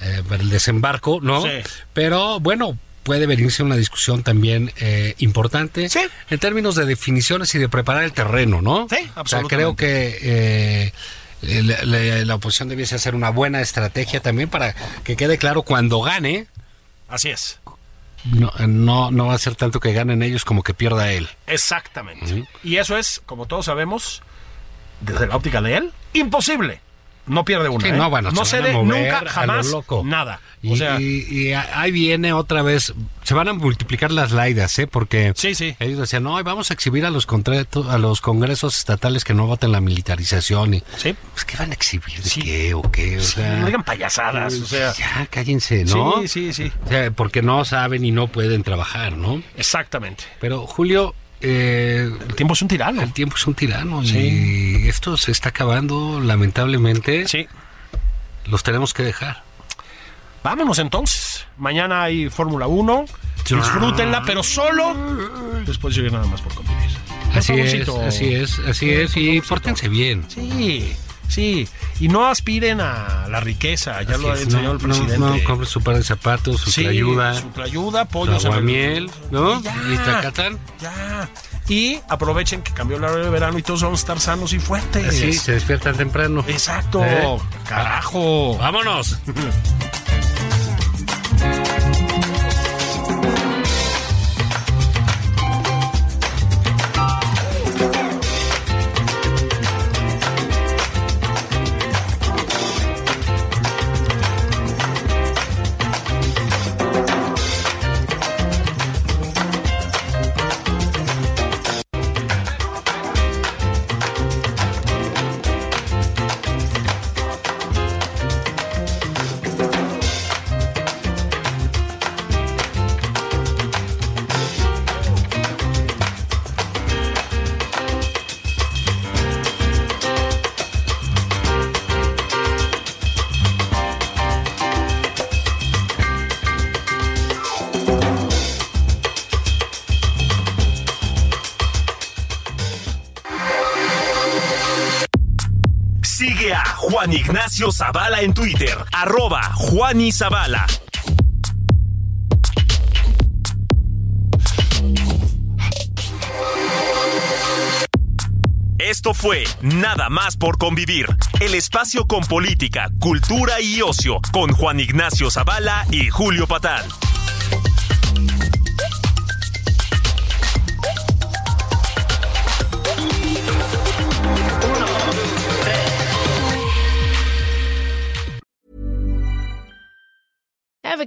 [SPEAKER 1] eh, para el desembarco, ¿no?
[SPEAKER 2] Sí.
[SPEAKER 1] Pero bueno, puede venirse una discusión también eh, importante
[SPEAKER 2] Sí.
[SPEAKER 1] en términos de definiciones y de preparar el terreno, ¿no?
[SPEAKER 2] Sí,
[SPEAKER 1] O sea,
[SPEAKER 2] absolutamente.
[SPEAKER 1] creo que eh, la, la- la oposición debiese hacer una buena estrategia también para que quede claro cuando gane.
[SPEAKER 2] Así es.
[SPEAKER 1] No, no, no va a ser tanto que ganen ellos como que pierda él.
[SPEAKER 2] Exactamente. Y eso es, como todos sabemos, desde la óptica de él, imposible. No pierde una.
[SPEAKER 1] Sí,
[SPEAKER 2] ¿eh?
[SPEAKER 1] no, bueno, se van a
[SPEAKER 2] cede
[SPEAKER 1] mover a
[SPEAKER 2] nunca,
[SPEAKER 1] lo
[SPEAKER 2] jamás,
[SPEAKER 1] loco.
[SPEAKER 2] nada.
[SPEAKER 1] Y,
[SPEAKER 2] o sea,
[SPEAKER 1] y- y a- ahí viene otra vez, se van a multiplicar las laidas, ¿eh? Porque
[SPEAKER 2] Sí, sí.
[SPEAKER 1] ellos decían, no, vamos a exhibir a los contratos, a los congresos estatales que no voten la militarización. Y,
[SPEAKER 2] sí.
[SPEAKER 1] pues, ¿qué van a exhibir? ¿De
[SPEAKER 2] Sí.
[SPEAKER 1] qué o qué? O
[SPEAKER 2] Sí,
[SPEAKER 1] sea, pues,
[SPEAKER 2] no digan payasadas. O sea,
[SPEAKER 1] ya, cállense, ¿no?
[SPEAKER 2] sí, sí, sí.
[SPEAKER 1] O sea, porque no saben y no pueden trabajar, ¿no?
[SPEAKER 2] Exactamente.
[SPEAKER 1] Pero, Julio, eh,
[SPEAKER 2] El tiempo es un tirano.
[SPEAKER 1] el tiempo es un tirano
[SPEAKER 2] Sí.
[SPEAKER 1] y esto se está acabando, lamentablemente.
[SPEAKER 2] Sí.
[SPEAKER 1] Los tenemos que dejar.
[SPEAKER 2] Vámonos entonces. Mañana hay Fórmula 1. Disfrútenla, pero solo después llegue nada más por convivir. Por
[SPEAKER 1] Así es,
[SPEAKER 2] favorcito.
[SPEAKER 1] así es, así es, y pórtense bien.
[SPEAKER 2] Sí, sí. Y no aspiren a la riqueza, ya lo ha
[SPEAKER 1] Así es,
[SPEAKER 2] enseñado
[SPEAKER 1] no,
[SPEAKER 2] el presidente.
[SPEAKER 1] No, no compren su par de zapatos, su
[SPEAKER 2] Sí,
[SPEAKER 1] ayuda,
[SPEAKER 2] Su tlayuda,
[SPEAKER 1] su
[SPEAKER 2] pollo.
[SPEAKER 1] aguamiel, ¿no?
[SPEAKER 2] Ya.
[SPEAKER 1] Y tacatán.
[SPEAKER 2] Ya. Y aprovechen que cambió el horario de verano y todos vamos a estar sanos y fuertes.
[SPEAKER 1] Así se despiertan temprano.
[SPEAKER 2] Exacto.
[SPEAKER 1] ¿Eh?
[SPEAKER 2] Carajo.
[SPEAKER 1] ¡Vámonos!
[SPEAKER 3] Sigue a Juan Ignacio Zavala en Twitter, arroba Juan y Zavala. Esto fue Nada más por convivir, el espacio con política, cultura y ocio, con Juan Ignacio Zavala y Julio Patal.
[SPEAKER 4] Ever